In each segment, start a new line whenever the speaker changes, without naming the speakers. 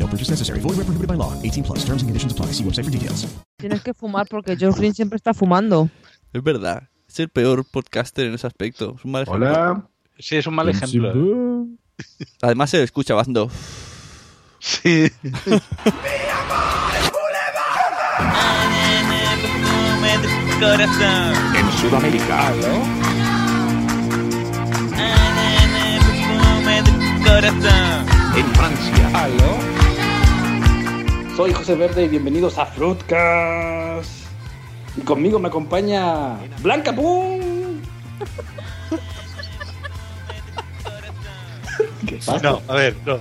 No purchase necessary. Void where prohibited by law. 18 plus. Terms and conditions apply. See website for details.
Tienes que fumar porque Joe Flynn siempre está fumando.
Es verdad. Es el peor podcaster en ese aspecto. Es un mal ejemplo.
Hola.
Sí, es un mal ejemplo. ¿eh?
Además se lo escucha bando.
Sí.
corazón. En Sudamérica, ¿no?
¿eh? corazón.
En Francia,
¿aló? Soy José Verde y bienvenidos a Fruitcast. Y conmigo me
Ah,
acompaña Blanca Pum.
¿Qué pasa? No, a ver, no.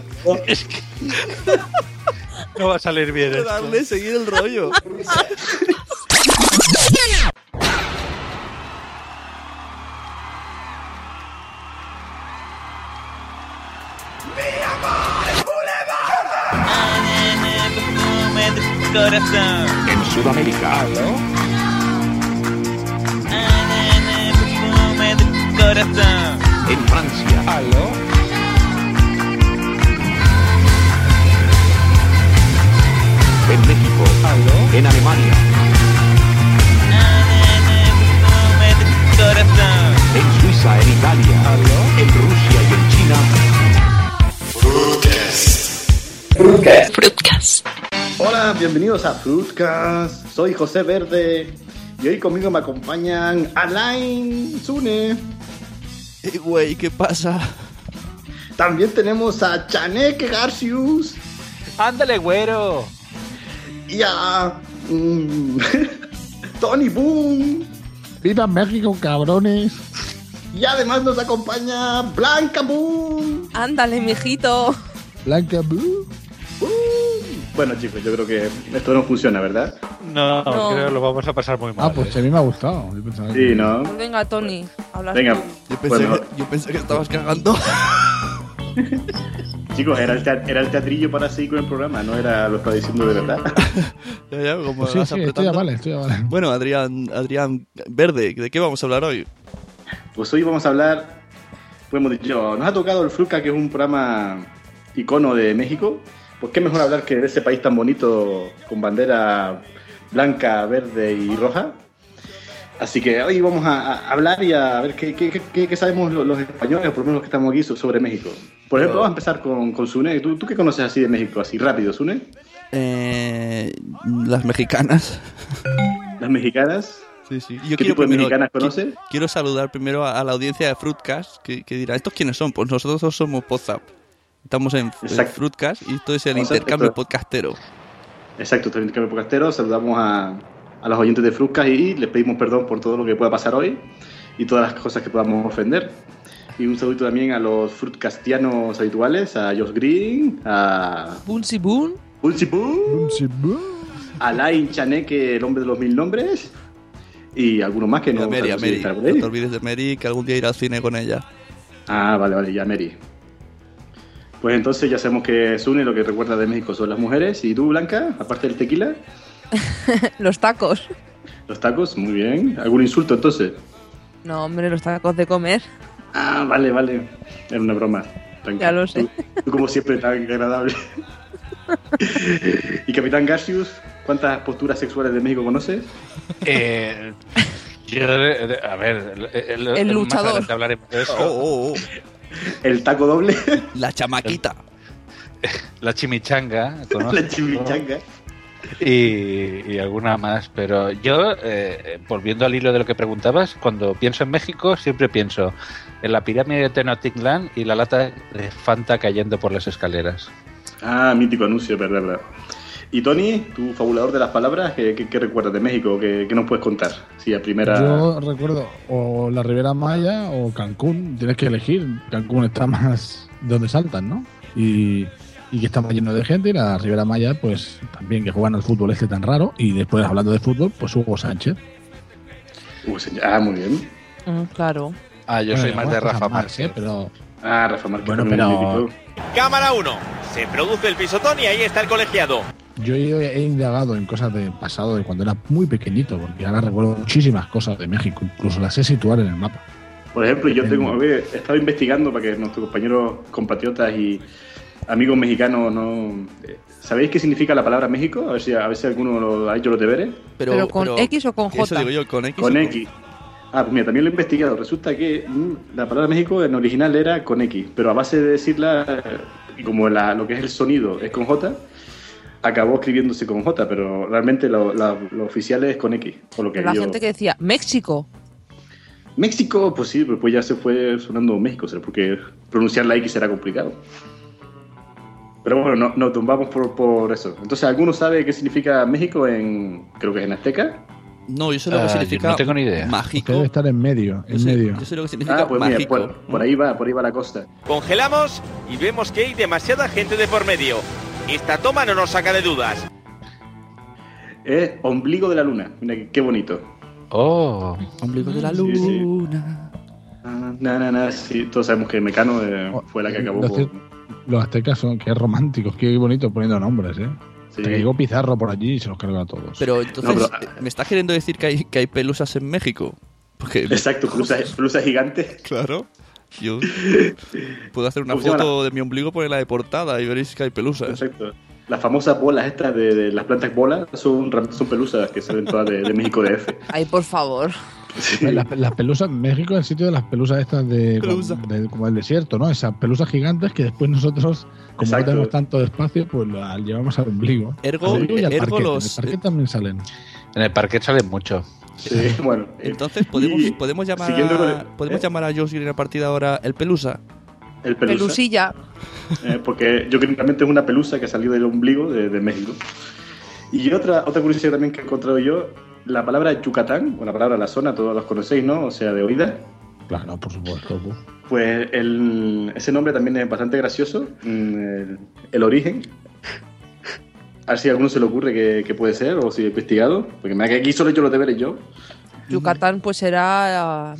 Es que... No va a salir bien. esto.
Darle, seguir el rollo.
corazón. En Sudamérica, ¿no?
Corazón.
En Francia, ¿aló? En México, ¿aló? En Alemania,
Corazón.
en Suiza, en Italia, ¿aló? En Rusia y en China.
Fruitcast.
Fruitcast.
Hola, bienvenidos a Fruitcast. Soy José Verde y hoy conmigo me acompañan Alain Zune.
Ey, güey, ¿qué pasa?
También tenemos a Chanek Garcius
Ándale, güero.
y a mm, Tony Boom.
Viva México, cabrones.
Y además nos acompaña Blanca Boom.
Ándale, mijito.
Blanca Blue.
Bueno chicos, yo creo que esto no funciona, ¿verdad?
No,
No.
creo que lo vamos a pasar muy mal. ¿eh?
Ah, pues a mí me ha gustado. Yo pensaba
Sí,
que- Pues
¿no?
Venga, Tony. Hablas
Venga,
tú.
Yo pensé,
Bueno.
que, yo pensé que estabas cagando.
chicos, era el, teat- era el teatrillo para seguir con el programa, no era lo que estaba diciendo de verdad.
Ya, ya, como
Pues Sí,
Pues vas
sí, esto ya
apretando.
vale, esto ya vale.
Bueno, Adrián, Adrián Verde, ¿de qué vamos a hablar hoy?
Pues hoy vamos a hablar, podemos decir, nos ha tocado el Fruca, que es un programa icono de México. Pues qué mejor hablar que de ese país tan bonito con bandera blanca, verde y roja. Así que hoy vamos a, a hablar y a ver qué, qué- qué- qué- qué sabemos lo- los, españoles, o por lo menos los que estamos aquí, so- sobre México. Por ejemplo,
Claro.
vamos a empezar con, con Sune. ¿Tú, ¿Tú qué conoces así de México? Así rápido, Sune.
Eh, las mexicanas.
Las mexicanas.
Sí, sí. Yo
¿Qué tipo de mexicanas conoces?
qui- Quiero saludar primero a, a la audiencia de Fruitcast, que, que dirá, ¿estos quiénes son? Pues nosotros somos Pozap. Estamos en, en
Exacto.
Fruitcast y esto es el
Exacto.
intercambio podcastero.
Exacto, también Cambio Podcastero. Saludamos a, a los oyentes de Fruscas y les pedimos perdón por todo lo que pueda pasar hoy y todas las cosas que podamos ofender. Y un saludo también a los frutcastianos habituales, a Josh Green, a
Boonsie Boon.
Ulcipu,
Boom, sí, boom.
a Lain Chaneque, el hombre de los mil nombres, y algunos más que
Y
no
a Mary, a
sabemos si
Mary.
estar por
No
ahí.
te olvides de Mary, que algún día irá al cine con ella.
Ah, vale, vale, ya Mary. Pues entonces ya sabemos que Sune lo que recuerda de México son las mujeres. ¿Y tú, Blanca? Aparte del tequila,
Los tacos.
los tacos, muy bien. ¿Algún insulto entonces?
No, hombre, los tacos de comer.
Ah, vale, vale. Era una broma. Tranquilo.
Ya lo sé.
Tú, tú como siempre, tan agradable. y Capitán Garcius, ¿cuántas posturas sexuales de México conoces?
Eh, yo, eh, a ver, el,
El luchador.
Más adelante hablaremos de eso.
Oh, oh, oh.
El taco doble,
La chamaquita.
La chimichanga.
la chimichanga.
y, y alguna más. Pero yo, eh, volviendo al hilo de lo que preguntabas, cuando pienso en México siempre pienso en la pirámide de Tenochtitlán y la lata de Fanta cayendo por las escaleras.
Ah, mítico anuncio, verdad, verdad. Y Tony, tu fabulador de las palabras, ¿qué, qué- qué recuerdas de México? ¿Qué, qué nos puedes contar? Sí, a primera.
Yo recuerdo o la Ribera Maya o Cancún. Tienes que elegir. Cancún está más de donde saltan, ¿no? Y, y que está más lleno de gente. Y la Ribera Maya, pues también que juegan al fútbol este tan raro. Y después, hablando de fútbol, pues Hugo Sánchez.
Uh, señor- ah, muy bien.
Mm, claro.
Ah, yo soy
Bueno,
más de
cosas
Rafa
más,
Márquez.
¿eh? Pero
Ah, Rafa Márquez.
Bueno,
también
pero-
mítico.
Cámara 1. Se produce el pisotón y ahí está el colegiado.
yo he, he indagado en cosas del pasado, de cuando era muy pequeñito, porque ahora recuerdo muchísimas cosas de México. Incluso las sé situar en el mapa.
Por ejemplo, yo tengo, a ver, he estado investigando para que nuestros compañeros compatriotas y amigos mexicanos no. eh, ¿Sabéis qué significa la palabra México? A ver si, a ver si alguno lo- ha hecho los deberes.
Pero,
Pero con pero- X o con
Eso
J.
digo yo, con X. o
Con X. Ah, pues mira, también lo he investigado. Resulta que mm, la palabra México en original era con X, pero a base de decirla, eh, y como la- lo que es el sonido es con J, acabó escribiéndose con J, pero realmente lo, la- lo oficial es con X. Por lo que
La
yo-
gente que decía, México.
México, pues sí, pero pues ya se fue sonando México, será porque pronunciar la X será complicado. Pero bueno, no- nos tumbamos por, por eso. Entonces, ¿alguno sabe qué significa México en, creo que es en Azteca?
No, yo sé lo que
Ah, yo
significa.
no tengo ni idea.
Mágico.
Que debe estar en medio. En medio.
Yo sé lo que significa
Ah, pues mira,
mágico.
por, por ahí va, por ahí va la cosa.
Congelamos y vemos que hay demasiada gente de por medio. Esta toma no nos saca de dudas.
Es ombligo de la luna. Mira qué- qué bonito.
Oh.
Ombligo de la
Sí, sí.
luna.
Nada, nada, sí, todos sabemos que Mecano eh, fue la que acabó
Los,
con-
los aztecas son que románticos, qué bonito poniendo nombres, ¿eh?
Sí.
Hasta que llegó Pizarro por allí y se los cargó a todos.
Pero entonces,
No, pero-
eh, ¿me estás queriendo decir que hay, que hay pelusas en México? Porque,
Exacto, pelusa, pelusa gigante.
claro, yo puedo hacer una
¿Cómo se llama
foto de mi ombligo, ponerla de portada y veréis que hay pelusas.
Exacto. Las famosas bolas estas de, de las plantas bolas son, ra- son pelusas que salen todas de, de México de F.
Ay, por favor.
Las, las pelusas, México es el sitio de las pelusas estas de,
Pelusa.
de- como el desierto, ¿no? Esas pelusas gigantes que después nosotros, como
Exacto.
no tenemos tanto espacio, pues las llevamos al ombligo.
Ergo-
Al ombligo y al
ergo
parquet.
los-
En el
eh,
parquet también salen.
En el parque salen mucho.
Sí, bueno.
Entonces, ¿podemos, podemos, llamar,
siguiendo con el- ¿eh?
a, ¿podemos llamar a Josh Green a partir de ahora el pelusa?
El pelusa.
Pelusilla.
eh, porque yo creo que realmente es una pelusa que salió del ombligo de, de México. Y otra, otra curiosidad también que he encontrado yo, la palabra Yucatán, o la palabra la zona, todos los conocéis, ¿no? O sea, de oídas.
Claro, por supuesto. pues.
Pues el- ese nombre también es bastante gracioso. Mm, El, el origen. A ver si a alguno se le ocurre que, que puede ser o si he investigado. Porque me da que aquí solo he hecho los deberes yo.
Yucatán, pues era ah,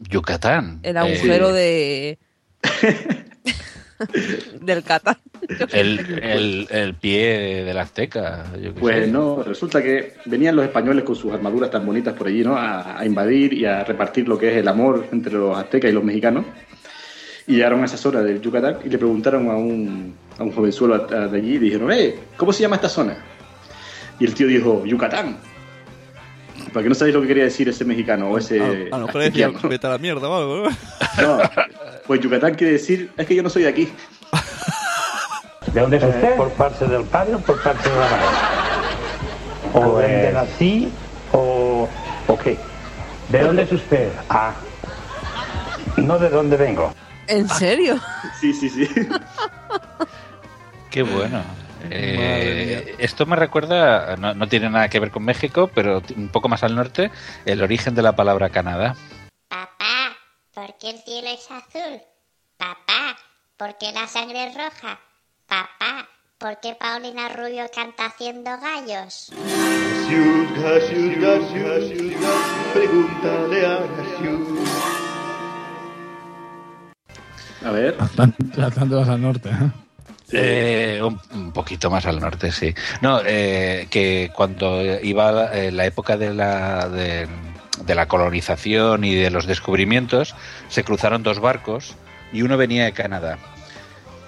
Yucatán.
el
Eh,
agujero de. del Catán.
El, el, el pie de la azteca. yo qué
Pues
sé.
no, resulta que venían los españoles con sus armaduras tan bonitas por allí, ¿no? A, a invadir y a repartir lo que es el amor entre los aztecas y los mexicanos. Y llegaron a esa zona del Yucatán y le preguntaron a un, a un jovenzuelo a- a- de allí y dijeron, eh, ¿cómo se llama esta zona? Y el tío dijo, Yucatán. Para que no sabéis lo que quería decir ese mexicano o ese...
Ah.
A, a lo mejor decía,
aztequiano.
vete a la mierda o algo, ¿no?
No, pues Yucatán quiere decir, es que yo no soy de aquí.
¿De dónde es usted? Eh, ¿Por parte del padre o por parte de la madre? ¿O dónde nací? Pues ¿O, o qué? ¿De dónde es usted? Ah, no de dónde vengo.
¿En serio?
Sí, sí, sí.
Qué bueno. Eh, esto me recuerda, no, no tiene nada que ver con México, pero t- un poco más al norte, el origen de la palabra Canadá.
¿Por qué el cielo es azul? Papá, ¿por qué la sangre es roja? Papá, ¿por qué Paulina Rubio canta haciendo gallos?
Ciudad, ciudad, ciudad, ciudad, pregúntale a la ciudad.
A ver.
Bastante más al norte, ¿eh?
Eh, un, un poquito más al norte, sí. No, eh, que cuando iba eh, la época de la, de, de la colonización y de los descubrimientos, se cruzaron dos barcos y uno venía de Canadá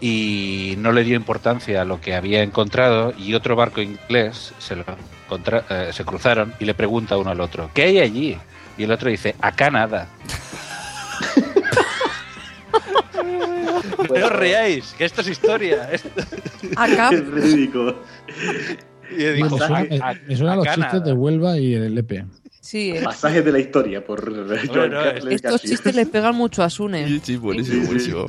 y no le dio importancia a lo que había encontrado y otro barco inglés se, lo encontra- eh, se cruzaron y le pregunta uno al otro, ¿qué hay allí? Y el otro dice, a Canadá.
Pues
No os reáis, que esto es historia. Esto-
Acá.
Es ridículo.
Y yo digo,
me suena, me-
a-
me suena
a
los
Canadá.
chistes de Huelva y E el EP.
Sí, eh.
Pasajes de la historia por Joan
no,
Carles
estos
García.
chistes le pegan mucho a Sune.
Sí, sí, buenísimo, buenísimo.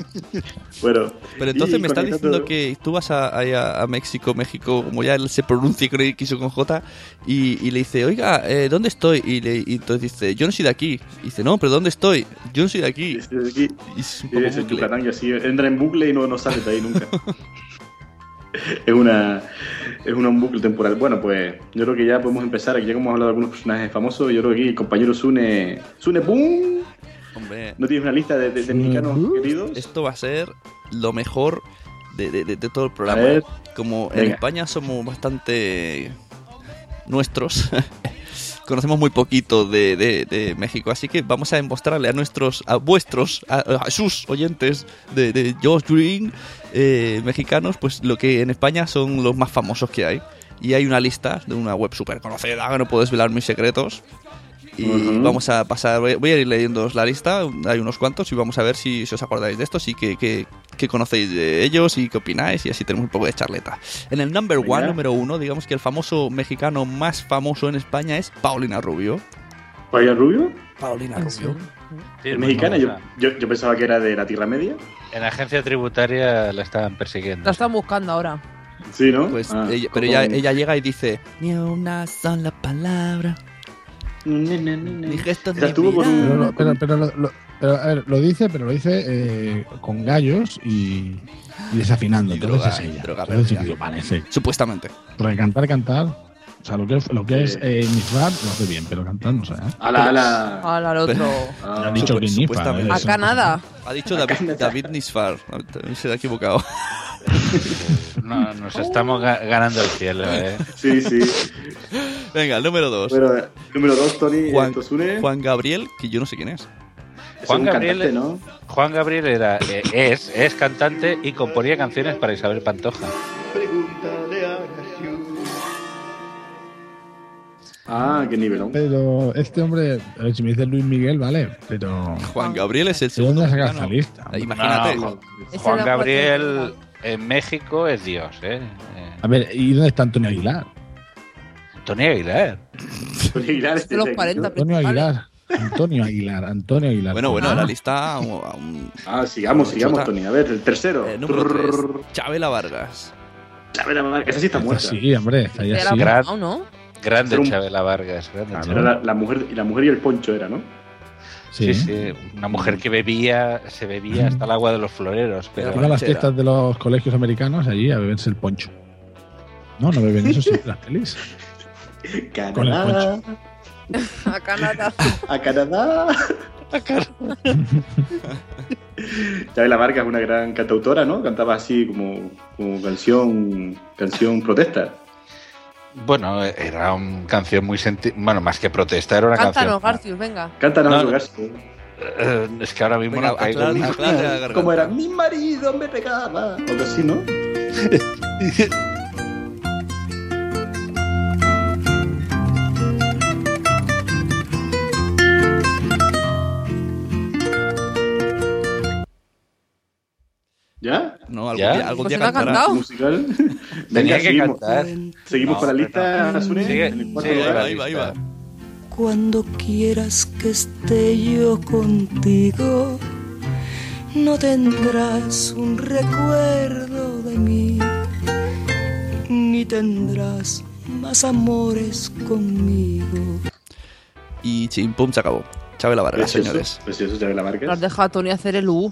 Bueno,
Pero entonces
y
me estás
conectando-
diciendo que tú vas a, ahí a- a México, México, como ya él se pronuncia, creo que quiso con J, y, y le dice, oiga, eh, ¿dónde estoy? Y, le, y entonces dice, yo no soy de aquí. Y dice, no, pero ¿dónde estoy? Yo no soy de aquí.
Este, aquí.
Y es un
Y
poco
es el
bucle.
Yucatán que así entra en bucle y no, no sale de ahí nunca. es una es una- un bucle temporal. Bueno, pues yo creo que ya podemos empezar. Aquí ya como hemos hablado de algunos personajes famosos, yo creo que aquí el compañero Sune... ¡Sune Pum!
Hombre,
¿No tienes una lista de, de- de mexicanos queridos?
esto va a ser lo mejor de, de- de- de todo el
A
programa.
ver.
Como en
Venga.
España somos bastante nuestros, conocemos muy poquito de, de- de México, así que vamos a mostrarle a nuestros, a vuestros, a, a sus oyentes de, de Josh Green, eh, mexicanos, pues lo que en España son los más famosos que hay. Y hay una lista de una web súper conocida, que no puedo desvelar mis secretos. Y
Ujú.
vamos a pasar, voy voy a ir leyendo la lista, hay unos cuantos, y vamos a ver si, si os acordáis de estos y qué, qué- qué conocéis de ellos y qué opináis, y así tenemos un poco de charleta. En el number one,
Venga.
número uno, digamos que el famoso mexicano más famoso en España es Paulina Rubio.
¿Vaya Rubio?
Paulina Rubio.
Sí,
¿Es
muy
mexicana? Yo,
famosa.
yo, yo pensaba que era de la Tierra Media.
En la agencia tributaria la estaban persiguiendo.
La están buscando ahora.
Sí, ¿no?
Pues
Ah,
ella- pero
como-
ella, ella llega y dice, ni una sola palabra, ni gestos,
Esa
ni
estuvo con
mirada".
Pero, lo- pero,
un...
pero lo- lo- pero, a ver, lo dice, pero lo dice eh, con gallos y, y desafinando.
Y
Entonces
droga,
es ella.
y droga
Entonces
perdida.
yo digo, vale, sí.
Supuestamente.
Porque cantar, cantar. O sea, lo que, lo que es
Sí.
eh, Nifrap lo hace bien, pero cantar no sé. ¿eh?
Ala, ala.
Al, al otro.
Ah,
Han dicho
supu-
que Nifrap.
supuestamente.
¿eh?
Acá nada.
Ha dicho David, David Nisfar, se le ha equivocado.
No, nos estamos ga- ganando el cielo, ¿eh?
Sí, sí.
Venga, el número dos.
Bueno, número dos, Tony.
Juan,
esto Sune.
Juan Gabriel, que yo no sé quién es.
Es
Juan
un
Gabriel-
cantante, ¿no?
Juan Gabriel era, eh, es, es cantante y componía canciones para Isabel Pantoja.
Ah, qué nivelón.
Pero este hombre, a ver, si me dice Luis Miguel, vale, pero.
Juan Gabriel es el
¿De dónde
segundo.
ha sacado esta
mexicano.
lista?
Eh, Imagínate.
No, Ju-
Ese
Ah, Juan
era
Gabriel en México es Dios, ¿eh? Eh,
A ver, ¿y dónde está Antonio Aguilar?
Tony Aguilar.
Tony Aguilar es
Son los
ese.
40
Antonio
principales.
Aguilar. Antonio Aguilar, Antonio Aguilar.
Bueno, bueno,
Ah,
la lista. um, um,
Ah, sigamos, sigamos, Tony. A ver, el tercero.
eh, número 3. Chabela Vargas.
A ver, a ver, esa sí está
esta
muerta.
Sí, hombre, está ya
Era
sí.
Gran-
Pau, ¿no?
Grande
Pero un-
Chabela Vargas. grande
Claro.
Era
Chabela.
la, la mujer, y la mujer y el poncho era, ¿no?
Sí,
Sí.
sí, una mujer que bebía, se bebía hasta el agua de los floreros, pero
Que Iban a las
Ranchera.
fiestas de los colegios americanos allí a beberse el poncho. No, no beben eso, sí, las pelis. Con el
Canadá.
poncho.
Acá nada.
A Canadá. Chabela Vargas es una gran cantautora, ¿no? Cantaba así como, como canción, canción protesta.
bueno, era una canción muy senti bueno, más que protesta, era una
Cántanos,
canción.
Garcius, venga.
Cántanos
No,
algo,
no.
Garci.
Eh, es que ahora mismo
Venga,
no caigo.
aclara- aclara la garganta.
Como era mi marido me pegaba. Algo así, ¿no? ¿Ya?
No, algún
¿Ya?
día, algún
Pues
día
no ha
cantará.
cantado.
musical.
Tenía
Venga,
que
seguimos.
cantar.
Seguimos
No,
con la
hombre,
lista,
no.
Sune.
Sigue,
en el cuarto
sigue
Ahí
con la
lugar.
va, ahí va, ahí va.
lista.
Cuando quieras que esté yo contigo, no tendrás un recuerdo de mí, ni tendrás más amores conmigo.
Y chim, pum, se acabó. Chabela Vargas,
Precioso,
señores.
Precioso, Chabela Vargas.
Nos deja a Tony hacer el U.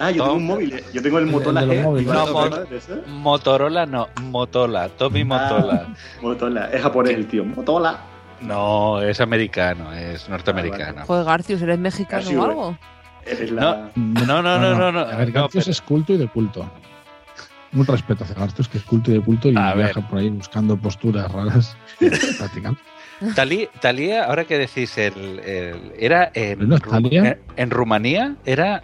Ah, yo tengo un móvil. eh. Yo tengo el Motola Ah.
el de los
G.
móviles.
¿Ibas a
No,
hablar
móvil.
de esa?
Motorola no, Motola, Tommy Motola.
Motola. Es japonés el tío. Motola.
No, es americano,
Ah,
es norteamericano.
Joder, Garcius, ¿eres mexicano
Garcius,
o
eh.
algo?
Es la...
No,
no, no, no, no,
A ver,
no,
Garcius
pero-
es culto y de culto. Un respeto hacia Gartos, que es culto y de culto, y viaja por ahí buscando posturas raras. Practicando.
Talía, ahora que decís, el, el- era en,
¿No es
Ru-
Thalía?
en- en Rumanía era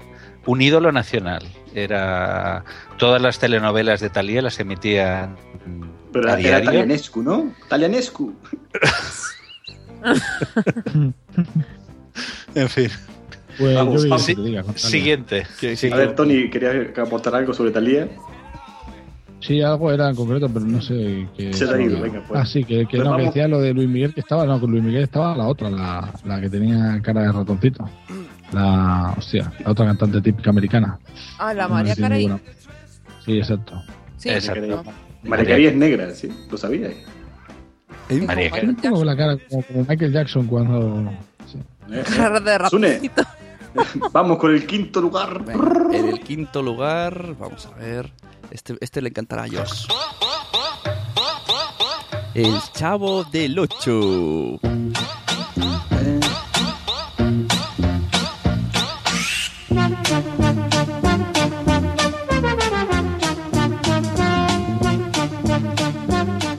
un ídolo nacional. Era todas las telenovelas de Talía las emitían
Pero era,
a
era
diario.
Talianescu, ¿no? Talianescu.
en fin.
Pues
Vamos,
yo digo
sí.
que te diga, con Thalía.
Siguiente.
A ver, Tony, quería aportar algo sobre Talía.
Sí, algo era en concreto, pero no sé qué.
Se te ha ido, venga, pues.
Ah, sí, que, que
Pues
no, que
vamos.
decía lo de Luis Miguel que estaba, no, con Luis Miguel estaba la otra, la, la que tenía cara de ratoncito. La, hostia, la otra cantante típica americana.
Ah, la
No
María
sé si es muy
Carey.
buena. Sí, exacto.
Sí,
Exacto.
no.
María Carey es negra, sí, lo sabía.
María
Tiene un poco la cara como, como Michael Jackson cuando.
Cara de
eh, Sune, vamos con el quinto lugar.
En el quinto lugar, vamos a ver. Este, este le encantará a Josh. El Chavo del Ocho.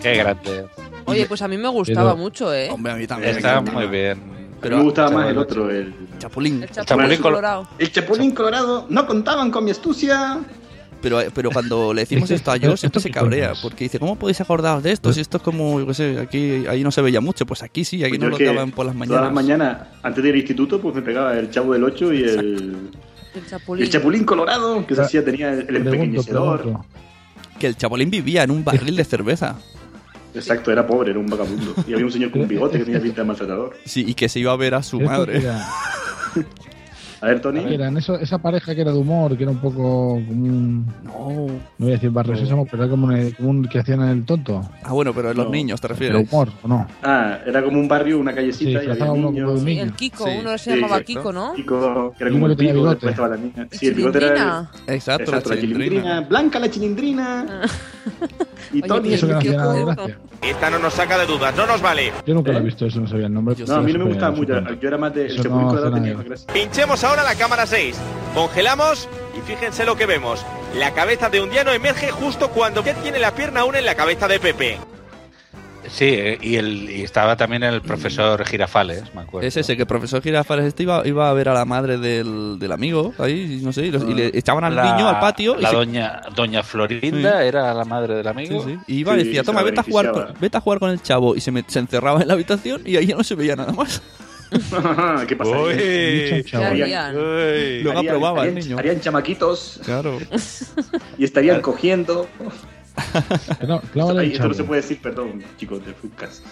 Qué grande.
Oye, pues a mí me gustaba
Pero-
mucho, ¿eh?
Hombre, a mí también.
Está
me encanta.
muy bien.
Pero me gustaba más el otro, el
Chapulín.
El Chapulín
Chapulín
Colorado.
El Chapulín Colorado. No contaban con mi astucia.
Pero, eh, pero cuando le decimos
Este-
esto
Este
a Josh, siempre se cabrea. Porque dice, ¿cómo podéis acordaros de esto? Si esto es como, yo qué sé, aquí ahí no se veía mucho. Pues aquí sí, aquí
Pues
no
yo
lo
es que
daban por las
Todas las
mañanas.
mañanas, antes de ir al instituto, pues me pegaba el Chavo del 8 y el,
El
el Chapulín Colorado,
Ah,
que se hacía, tenía el, el empequeñecedor.
Que el Chapulín vivía en un barril de cerveza.
Exacto, era pobre, era un vagabundo. Y había un señor con bigote que tenía pinta de maltratador.
Sí, y que se iba a ver a su
Esto
madre.
era-
A ver, Tony.
que Eran eso, esa pareja que era de humor, que era un poco como un.
No.
voy a decir barrio
No.
Sésamo, pero era como un, como un que hacían el tonto.
Ah, bueno, pero los
No.
niños te
Pero
refieres.
humor, ¿o no?
Ah, era como un barrio, una callecita
Sí,
y había
trataba uno como
niños.
de niño.
El Kiko,
Sí.
uno se
Sí,
llamaba
exacto.
Kiko, ¿no?
Kiko, que era
Uno
como
que
un
tenía
pico,
bigote.
después estaba la niña.
Y
Sí, el bigote era.
Chilindrina.
Exacto,
Exacto, la chilindrina. Blanca la chilindrina. Y
Oye,
Tony.
¿y eso que no hacía nada de
gracia?
Esta no nos saca de dudas, no nos vale.
Yo nunca lo he visto, eso no sabía el nombre.
¿Eh? No, a mí no me
Pero
gustaba
supongo.
mucho. Yo era más de. El
Eso
Chapulín
no
Colorado
hace
tenía
nadie.
más gracia.
Pinchemos ahora la cámara 6. Congelamos y fíjense lo que vemos. La cabeza de un diano emerge justo cuando Ted tiene la pierna aún en la cabeza de Pepe.
Sí, eh, y, el, y estaba también el profesor Girafales, me acuerdo.
Es ese, que el profesor Girafales este iba, iba a ver a la madre del, del amigo, ahí, no sé, y, los- y le echaban al
Ah. La-
niño al patio. y
La
se-
doña, doña Florinda era la madre del
Sí,
amigo.
sí. Y iba y decía, toma, vete a, jugar con, vete a jugar con el chavo. Y se, me- se encerraba en la habitación y ahí ya no se veía nada más.
Ah, ¿Qué pasa?
Dicho
Uy.
chavo.
¿Qué
Harían-
harían?
Luego
harían-
aprobaba el
harían-
niño.
Harían chamaquitos
Claro.
y estarían cogiendo.
Clá- clávale
Ay,
el
esto no
chavo.
se puede decir, perdón, chicos de Fruitcast.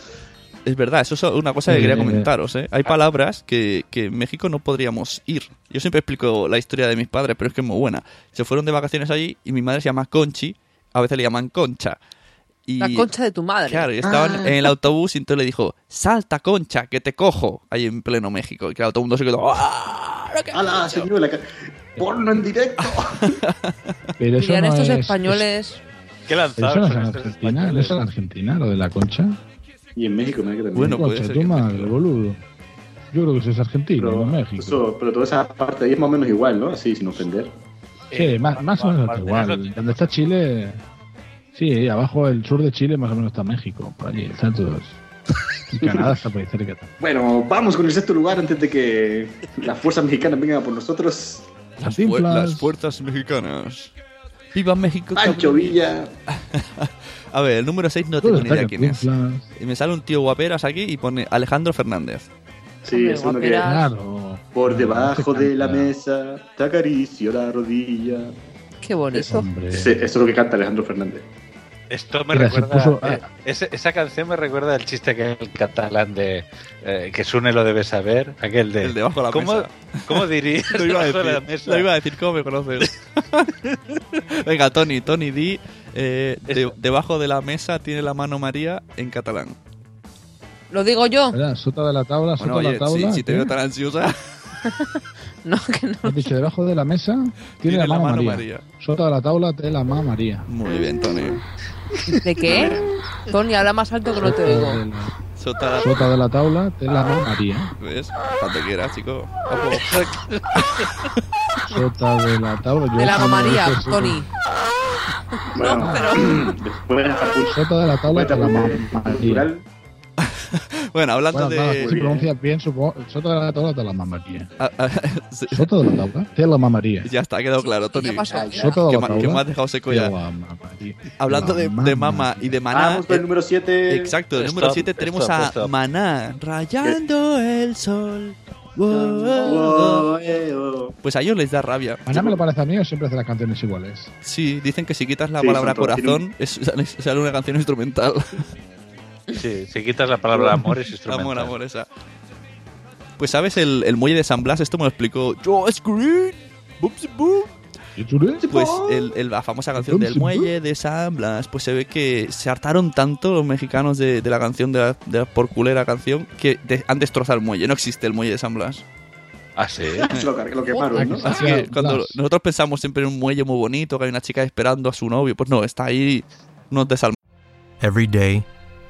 Es verdad, eso es una cosa que
Eh,
quería
eh,
comentaros. ¿eh? Hay palabras que, que en México no podríamos ir. Yo siempre explico la historia de mis padres, pero es que es muy buena. Se fueron de vacaciones allí y mi madre se llama Conchi, a veces le llaman Concha. Y,
La concha de tu madre. Ah.
Claro, y estaban en el autobús y entonces le dijo, salta Concha, que te cojo, ahí en pleno México. Y claro, todo el mundo se quedó, "¡Ah, lo que has
¡Hala,
hecho!".
señor! La... ca- ¡Porno en directo!
Pero eso
Dirían
no
estos
es-
españoles.
Qué
es- Eso no
lanzados
es en
son estos
Argentina, no es en Argentina, lo de la concha.
Y en México, me que también.
Bueno, puede
Concha,
ser
tu
que-
madre, boludo. Yo creo que eso es argentino,
pero,
no México.
eso- pero toda esa parte ahí es más o menos igual, ¿no? Así, sin ofender.
pues, eh,
Sí, más, más o menos
más o menos lo
igual. Donde está Chile. Sí, abajo el sur de Chile, más o menos está México. Por allí, está todo. Y Canadá está por ahí cerca.
Bueno, vamos con el sexto lugar antes de que las fuerzas mexicanas vengan por nosotros.
Las
Pu- Las
inflas.
puertas mexicanas. ¡Viva México!
Pancho
cabrón!
Villa.
A ver, el número 6 no
todo
tengo ni
está
idea
que
quién es.
inflas.
Y me sale un tío guaperas aquí y pone Alejandro Fernández.
Sí,
Hombre,
es uno que.
guaperas.
Claro.
Por
Claro,
debajo
no te
de la
canta.
mesa, te acaricio la rodilla.
Qué bonito.
Hombre.
Ese- eso es lo que canta Alejandro Fernández.
Esto me
Mira, se
recuerda.
puso-
eh, ese- esa canción me recuerda el chiste que el catalán de. eh, que Sune lo debe saber. Aquel de.
El debajo de la
¿Cómo,
mesa.
¿Cómo dirías?
Lo iba a
debajo de la
decir,
mesa?
lo iba a decir, ¿cómo me conoces? Venga, Tony, Tony, di. eh, de- debajo de la mesa tiene la mano María en catalán.
¿Lo digo yo?
Espera, Sota de la tabla, sota
Bueno,
de
oye,
la tabla.
si, si te
¿qué?
veo tan ansiosa,
No, que no.
Has dicho, debajo de la mesa tiene, la mano, María. Sota de la tabla, te la mano María.
Muy bien, Tony.
¿De qué? Tony, habla más alto que no te
Sota
oigo.
de la-
Sota,
Sota de la tabla, te la mano María.
¿ves? Cuando quieras, chico. Papo.
Sota de la tabla. yo
De la
cuando
María,
dije eso,
Tony.
Bueno, después
Sota de la tabla de la mamadilla.
Bueno, hablando
Bueno, nada,
de.
si pronuncias bien, supongo. Sota de la eh. tabla de la mamadilla.
Ah, ah,
Sota de la tabla de la mamaría.
ya está, ha quedado claro, Tony.
pasó? Sota de
Que
la
ma-
tabla
que me has dejado seco
de
ya.
la
Hablando de, de Mama y de Maná. eh,
Vamos con el número 7.
Exacto, el número 7 tenemos a Maná.
Rayando el sol.
Pues a ellos les da rabia.
Maná me lo parece a mí o siempre hace las canciones iguales.
Sí, dicen que si quitas la
Sí,
palabra
son todos-
corazón, es- sale, sale una canción instrumental.
Sí, si quitas la palabra amor es instrumental.
Amor, amor, esa. Pues sabes, el, el muelle de San Blas, esto me lo explicó Josh Green. Bupsi bup. Pues el, el- la famosa canción del
Bupsi bup.
muelle de San Blas, pues se ve que se hartaron tanto los mexicanos de, de la canción, de la, de la porculera canción, que de- han destrozado el muelle. No existe el muelle de San Blas.
Ah, sí.
Lo, car- lo quemaron, ¿no?
Pues Así que cuando nosotros pensamos siempre en un muelle muy bonito, que hay una chica esperando a su novio, pues no, está ahí unos desalmados.
Every day,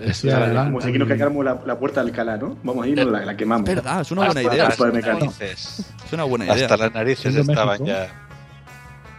Ah, Como si aquí nos cargáramos la, la puerta de Alcalá, ¿no? Vamos a ir, la, la quemamos.
Es verdad, es una buena
Hasta-
idea.
hasta el mecánico.
Es una buena idea.
Hasta las narices
Siendo
estaban
México.
ya.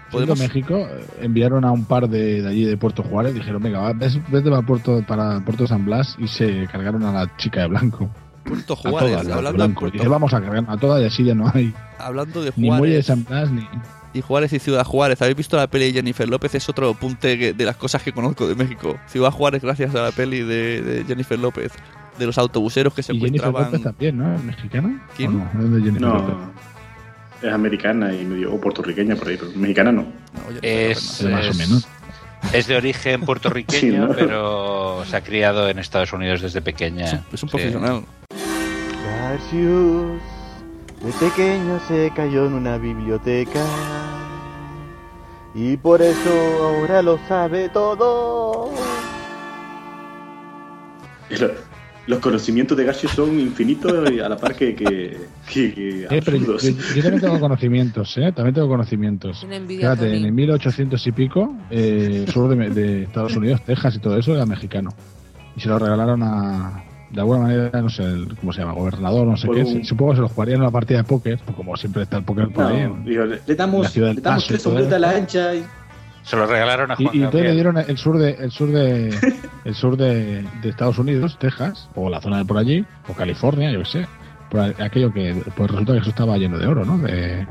Siendo México eh, enviaron a un par de, de allí de Puerto Juárez, dijeron, venga, va, ves- vete para Puerto, para Puerto San Blas y se cargaron a la chica de blanco.
Puerto
A
Juárez,
todas las de
hablando, de
blanco.
Puerto-
Dice, vamos a cargar a todas y así ya no hay.
hablando de
Ni muelle de
Juárez Pues
San Blas ni...
y Juárez y Ciudad Juárez. ¿Habéis visto la peli de Jennifer López? Es otro apunte que- de las cosas que conozco de México. Ciudad Juárez gracias a la peli de, de Jennifer López. De los autobuseros que se
Y Jennifer
encontraban...
López también, ¿no? ¿Es ¿Mexicana?
¿Quién?
¿O no? Es de Jennifer López.
No, es americana y medio, o puertorriqueña por ahí, pero mexicana no.
Es,
Pero más o
es-
menos.
es de origen puertorriqueño,
Sí, ¿no?
pero se ha criado en Estados Unidos desde pequeña.
Eh, Es un profesional.
Garcius, de pequeño se cayó en una biblioteca y por eso ahora lo sabe todo.
Lo- Los conocimientos de Garcio son infinitos y a la par que, que, que- que
Eh, pero yo,
absurdos.
yo- yo también tengo conocimientos, ¿eh? También tengo conocimientos.
Tiene envidia,
Fíjate, en
Tony.
el 1800 y pico, eh, sur de, de Estados Unidos, Texas y todo eso, era mexicano. Y se lo regalaron a, de alguna manera, no sé el- cómo se llama, gobernador, no sé
Por
qué.
un-
Se- Supongo que se lo jugarían en una partida de póker, como siempre está el póker por
No,
ahí.
digo, le le
La
damos,
ciudad
le
del
damos
Paso y
tres
todo
hombres de
eso.
la ancha y
Se lo regalaron a
Y,
Juan
y entonces le
Gabriel.
dieron el sur de el sur de el sur de, de Estados Unidos, Texas, o la zona de por allí, o California, yo qué sé, por a- aquello que pues resulta que eso estaba lleno de oro, ¿no? De,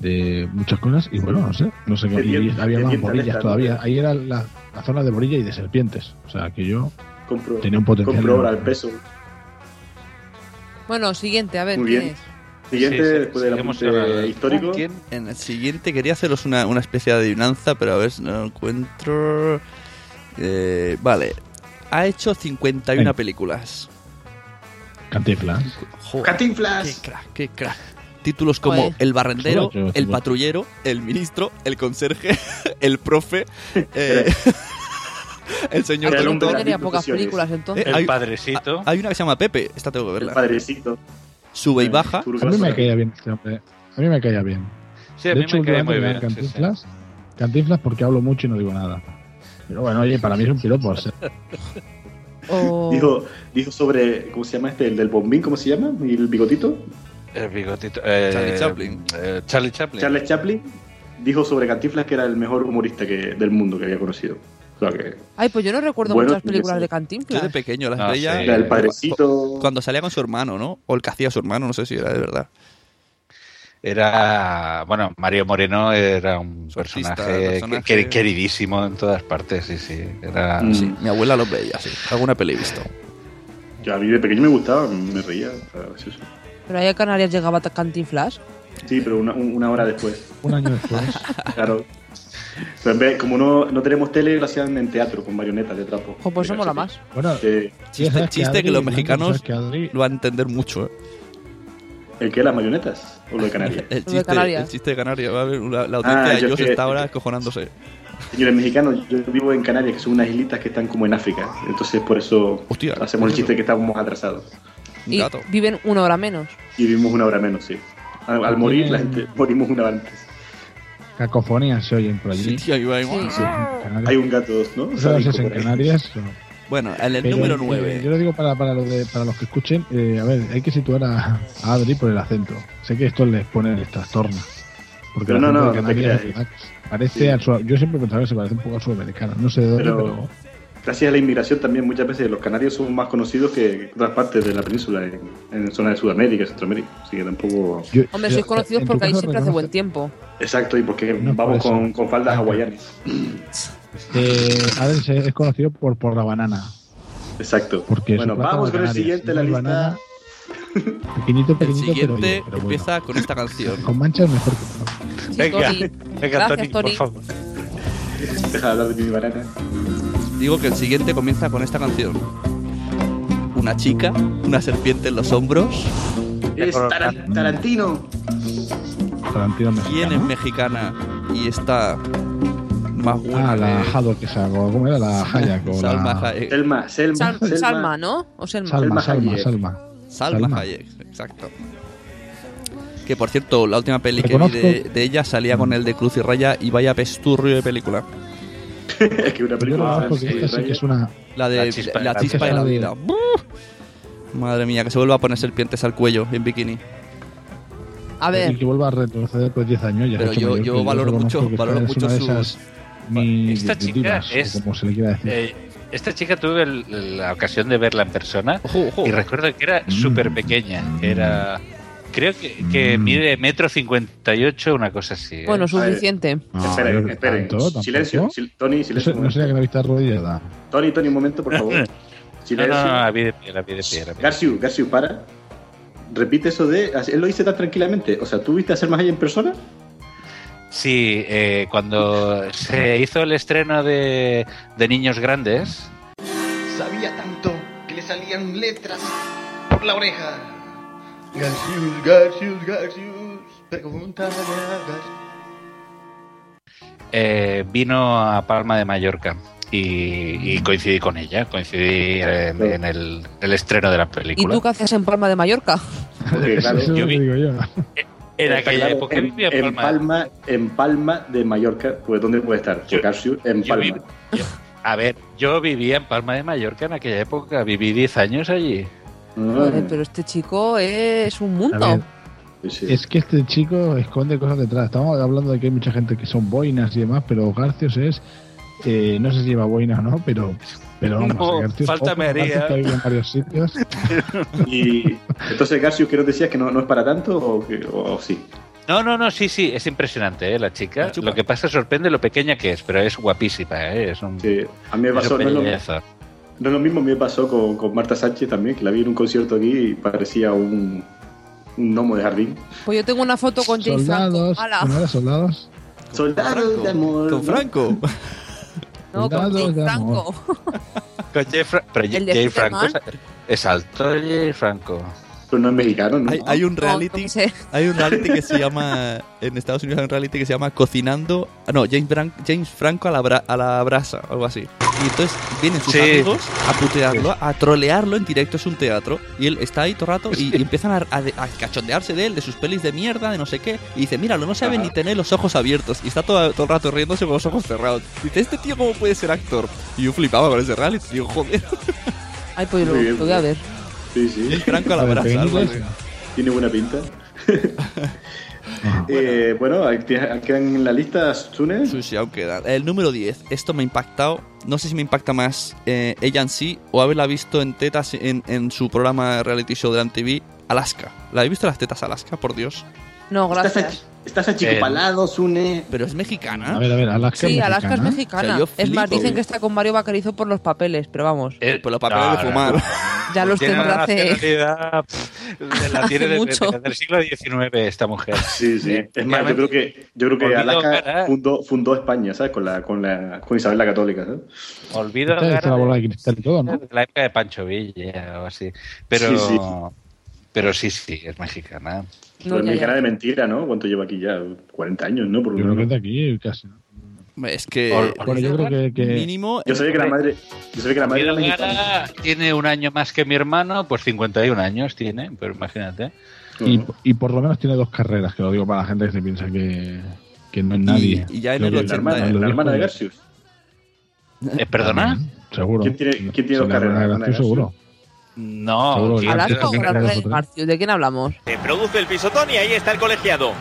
de eh, muchas cosas y bueno, no sé, no sé qué.
De
y
dientes-
había
de
más
dientes
borillas
estas, ¿no?
todavía. Ahí era la, la zona de borillas y de serpientes, o sea que yo
compro,
tenía un potencial.
compro obra al
enorme.
peso.
Bueno, siguiente, a ver.
Muy
¿quién
bien.
es?
Siguiente,
Sí, sí,
después del
seguimos
apunte
ahora.
histórico.
¿Quién? En el siguiente quería haceros una, una especie de adivinanza, pero a ver si no lo encuentro. Eh, vale. Ha hecho 51
Venga.
películas.
Cantinflas.
Joder,
Cantinflas.
¡Qué crack, qué crack! Títulos como
Joder.
El Barrendero,
Solo yo,
El
solo.
Patrullero, El Ministro, El Conserje, El Profe, eh, El Señor
Ay,
del
yo
Montón.
tenía pocas películas entonces.
Eh, hay- ha- Hay una que se llama Pepe, esta tengo que verla. El
Padrecito.
Sube y baja.
A mí me caía bien este hombre. A mí me caía bien.
Sí, a
de
mí
hecho,
me cae
últimamente
muy
me
bien.
dan Cantinflas, Cantinflas porque hablo mucho y no digo nada. Pero bueno, oye, para mí es un piropo. o sea,
Dijo, dijo sobre, ¿cómo se llama este? El del bombín, ¿cómo se llama? Y el bigotito.
El bigotito. eh,
Charlie Chaplin.
eh, Charlie Chaplin.
Charles Chaplin dijo sobre Cantinflas que era el mejor humorista que, del mundo que había conocido. O sea que
Ay, pues yo no recuerdo
Bueno,
muchas
yo sé.
películas de
Yo de
Cantinflas.
pequeño las
Ah,
veía.
sí. La del padrecito.
Cuando salía con su hermano, ¿no? O el que hacía su hermano, no sé si era de verdad.
era, bueno, Mario Moreno era un
Artista,
personaje,
personaje.
que- que- queridísimo en todas partes, sí, sí. Era...
Mm, sí, mi abuela lo veía, sí. Alguna peli he visto.
Yo a mí de pequeño me gustaba, me reía. era gracioso.
Pero ahí a Canarias llegaba Cantinflas.
Sí, pero una, un- una hora después.
Un año después.
Claro. Pero en vez- como no, no tenemos tele, lo hacían en teatro con marionetas de trapo.
O pues eso mola más.
Bueno,
Chiste,
sabes que
chiste que,
Adri-
los mexicanos
sabes que Adri-
lo van a entender mucho, ¿eh?
¿El qué? ¿Las marionetas? ¿O lo de Canarias?
el, chiste, el chiste de Canarias. Va a haber la,
Ah,
la audiencia de
yo
ellos
que-
está ahora escojonándose.
Señores mexicanos, yo vivo en Canarias, que son unas islitas que están como en África. Entonces, por eso hacemos el chiste que estamos atrasados.
Y viven una hora menos.
Y vivimos una hora menos, sí. Al, al morir, la gente morimos una hora antes.
Cacofonías se oyen por allí.
Hay un gato, ¿no?
¿Eso lo
Sádico
haces en
por ahí.
Canarias? o-
Bueno, el, el
Pero,
número
eh,
9.
yo lo digo para, para, los de- para los que escuchen. eh, a ver, hay que situar a, a Adri por el acento. Sé que esto les pone el trastorno. Porque
Pero
el
no,
acento
no,
de
no te
Canarias
creas.
al final parece
Sí.
al sua- Yo siempre pensaba que se parece un poco al sudamericano. No sé de dónde,
Pero-
pero,
Gracias a la inmigración también muchas veces los canarios son más conocidos que otras partes de la península, en, en zonas de Sudamérica, Centroamérica. Así que tampoco...
Hombre, sois conocidos
en tu
porque ahí
caso
siempre hace
reconoce-
buen tiempo.
Exacto, y porque vamos
por eso.
con, con faldas hawaianas.
eh, Adri se- es conocido por, por la banana.
Exacto.
Porque
bueno,
su plátano
vamos con el
canario,
siguiente en
no
la
es
lista.
banana. Pequeñito,
El
pequeñito, pero,
siguiente
oye, pero bueno.
empieza con esta canción.
Con manchas mejor que no.
Venga,
Tony.
venga,
Gracias,
Tony, por
Tony.
favor.
Deja de hablar de mi banana.
Digo que el siguiente comienza con esta canción. Una chica, una serpiente en los hombros.
Es Taran- Tarantino.
Tarantino mexicano.
¿Quién es mexicana y está más buena?
Ah, la
que-
Haddock que sacó. ¿Cómo era la Hayek? o
Salma
la-
Hayek.
Selma, Selma,
Sal-
Selma.
Salma, ¿no? O Selma.
Salma, Salma, Salma.
Mm. Salma
Salma.
Hayek, exacto. Que por cierto, la última peli que vi
Reconozco-
de, de ella salía con el de Cruz y Raya y vaya pesturrio de película.
es que una
Yo
película...
reconozco que esta sí que es una.
La de La Chispa, de la Vida. ¡Buf! Madre mía, que se vuelva a poner serpientes al cuello en bikini.
A
Y que vuelva a retroceder pues 10 años. Ya
Pero
se ha hecho
yo-
mayor,
yo
que
valoro
reconozco
mucho-
que esta
valoro
es
mucho
una de
sus-
esas mi-
Esta chica
divinas, o
es-
Como se le quiera decir.
Eh, esta chica tuve el- la ocasión de verla en persona y recuerdo que era súper pequeña. Era, creo que, que mide metro cincuenta y ocho, una cosa así. ¿eh?
Bueno, suficiente.
No, yo
esperen,
creo que
esperen.
tanto, tampoco.
silencio, sil- Tony,
No
silencio.
sé- no sería que la vista arrodillada.
Tony, Tony, un momento, por favor.
No, no,
Silencio.
no, a pie de piedra, a pie de piedra.
Garciu, Garciu, para. Repite eso de. Él lo dice tan tranquilamente. O sea, ¿tú viste a Selma Hayek en persona?
Sí, eh, cuando se hizo el estreno de, de Niños Grandes,
Sabía tanto que le salían letras por la oreja. Garcius, Garcius, Garcius. Pregúntale a Garcius.
eh, vino a Palma de Mallorca y, y coincidí con ella, coincidí en, en el, el estreno de la
¿Y
película.
tú qué haces en Palma de Mallorca?
Eso es lo
yo
que
vi-
digo yo.
en
Está
aquella
claro,
época
en,
vivía en
en
Palma.
Palma. en Palma de Mallorca. Pues, ¿dónde puede estar? Garciu, en
yo
Palma.
A ver, yo vivía en Palma de Mallorca en aquella época, viví 10 años allí.
Mm.
Joder, pero este chico es un
A
mundo.
ver, Es que este chico esconde cosas detrás. Estamos hablando de que hay mucha gente que son boinas y demás, pero Garcios es. eh, no sé si lleva boinas o no, pero. Pero vamos,
No,
Garcios-
falta
ojo,
me haría.
Garcios está viviendo en varios sitios.
Y entonces, Garciu, ¿qué nos decías? ¿Que no, no es para tanto o, que- o- o sí?
No, no, no, sí, sí, es impresionante ¿eh? la chica. Lo que pasa sorprende lo pequeña que es, pero es guapísima. ¿eh? Es un,
a mí me
es
pasó,
un
no es lo-
pedazo.
No es lo mismo, me pasó con, con Marta Sánchez también, que la vi en un concierto aquí y parecía un, un gnomo de jardín.
Pues yo tengo una foto con James Franco.
soldados.
Ala.
¿No era soldados?
Soldados de amor.
Con Franco.
No, con
Soldados
James
de amor.
Franco.
Con Jay Fra- pero
¿El de
Jay
Superman?
Franco es, es alto, Jay Franco.
Pero no es mexicano, ¿no?
Hay, hay un
No,
reality,
no sé.
hay un reality que se llama en Estados Unidos hay un reality que se llama Cocinando, ah, no, James, Bran- James Franco a la, bra- a la brasa, algo así. Y entonces vienen sus
Sí.
amigos a putearlo, a trolearlo en directo es un teatro y él está ahí todo el rato y, y empiezan a, a de- a cachondearse de él, de sus pelis de mierda, de no sé qué y dice, "Míralo, no sabe
Ajá.
ni tener los ojos abiertos" y está todo, todo el rato riéndose con los ojos cerrados. Dice, "Este tío cómo puede ser actor?" Y yo flipaba con ese reality, digo, "Joder."
Ay, pues lo,
Muy bien,
lo voy a ver.
Sí, sí.
Franco a la brasa, algo así.
Tiene buena pinta. eh, bueno, ahí te- quedan en la lista Sune.
Sí, sí, aún queda. El número 10. Esto me ha impactado. No sé si me impacta más eh, ella en sí o haberla visto en tetas en, en su programa reality show de la MTV, Alaska. ¿La habéis visto las tetas Alaska? Por Dios.
No, gracias.
Estás, a- estás achicopalado, Sune.
Pero es mexicana.
A ver, a ver, Alaska
Sí,
es
Alaska es
mexicana.
mexicana.
¿Ah? O sea, yo
es más,
flipo,
dicen
güey.
que está con Mario Bacarizo por los papeles, pero vamos,
Eh, por los papeles de fumar. Pues
ya los
Tiene una
tendrá hace...
nacionalidad, pff, la tiene desde,
Hace mucho.
desde el siglo XIX esta mujer.
Sí, sí. Es más, yo creo que, yo creo que
Olvido
Alaska
cara.
fundó, fundó España, ¿sabes? Con, la, con, la, con Isabel la Católica, ¿sabes?
Olvido
Esta es
cara
la
de-
bola de cristal y todo, ¿no?
de la época de Pancho Villa o así. Pero
Sí, sí.
pero sí, sí, es mexicana.
Pero es mexicana de mentira, ¿no? ¿Cuánto lleva aquí ya? 40 años, ¿no? Por lo
Yo creo que
menos.
es de aquí casi. ¿no?
Es que.
Bueno, yo creo que- que-
Mínimo.
Yo sabía que la madre, yo sabía que la madre era
Olvido
mexicana.
Gara tiene un año más que mi hermano, pues 51 años tiene, pero imagínate.
Y, y por lo menos tiene dos carreras, que lo digo para la gente que se piensa que, que no es nadie.
y ya en
Creo
el
que
80,
lo
eh,
dijo-
La hermana de Garcius.
Eh, ¿Perdona?
Seguro.
¿Quién tiene, quién tiene
Sí,
dos
la hermana
carreras?
de
La hermana de
Garcius, seguro.
No,
Seguro que-
Alaska
Creo
o
que
Gran
es
Rey
otra.
Garcius, ¿de quién hablamos?
Se produce el pisotón y ahí está el colegiado.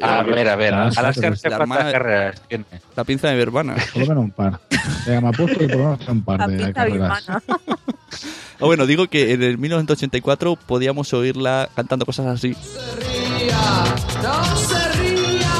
a ver, a ver,
Ah,
Alaska
pero
no sé
la
cuántas
hermana-
carreras tiene.
La pinza de verbana.
Por lo menos un par. Venga, me apuesto que por lo menos tiene un
La
par de
pinta
carreras.
birmana.
Ah, bueno, digo que en el 1984 podíamos oírla cantando cosas así.
No se ría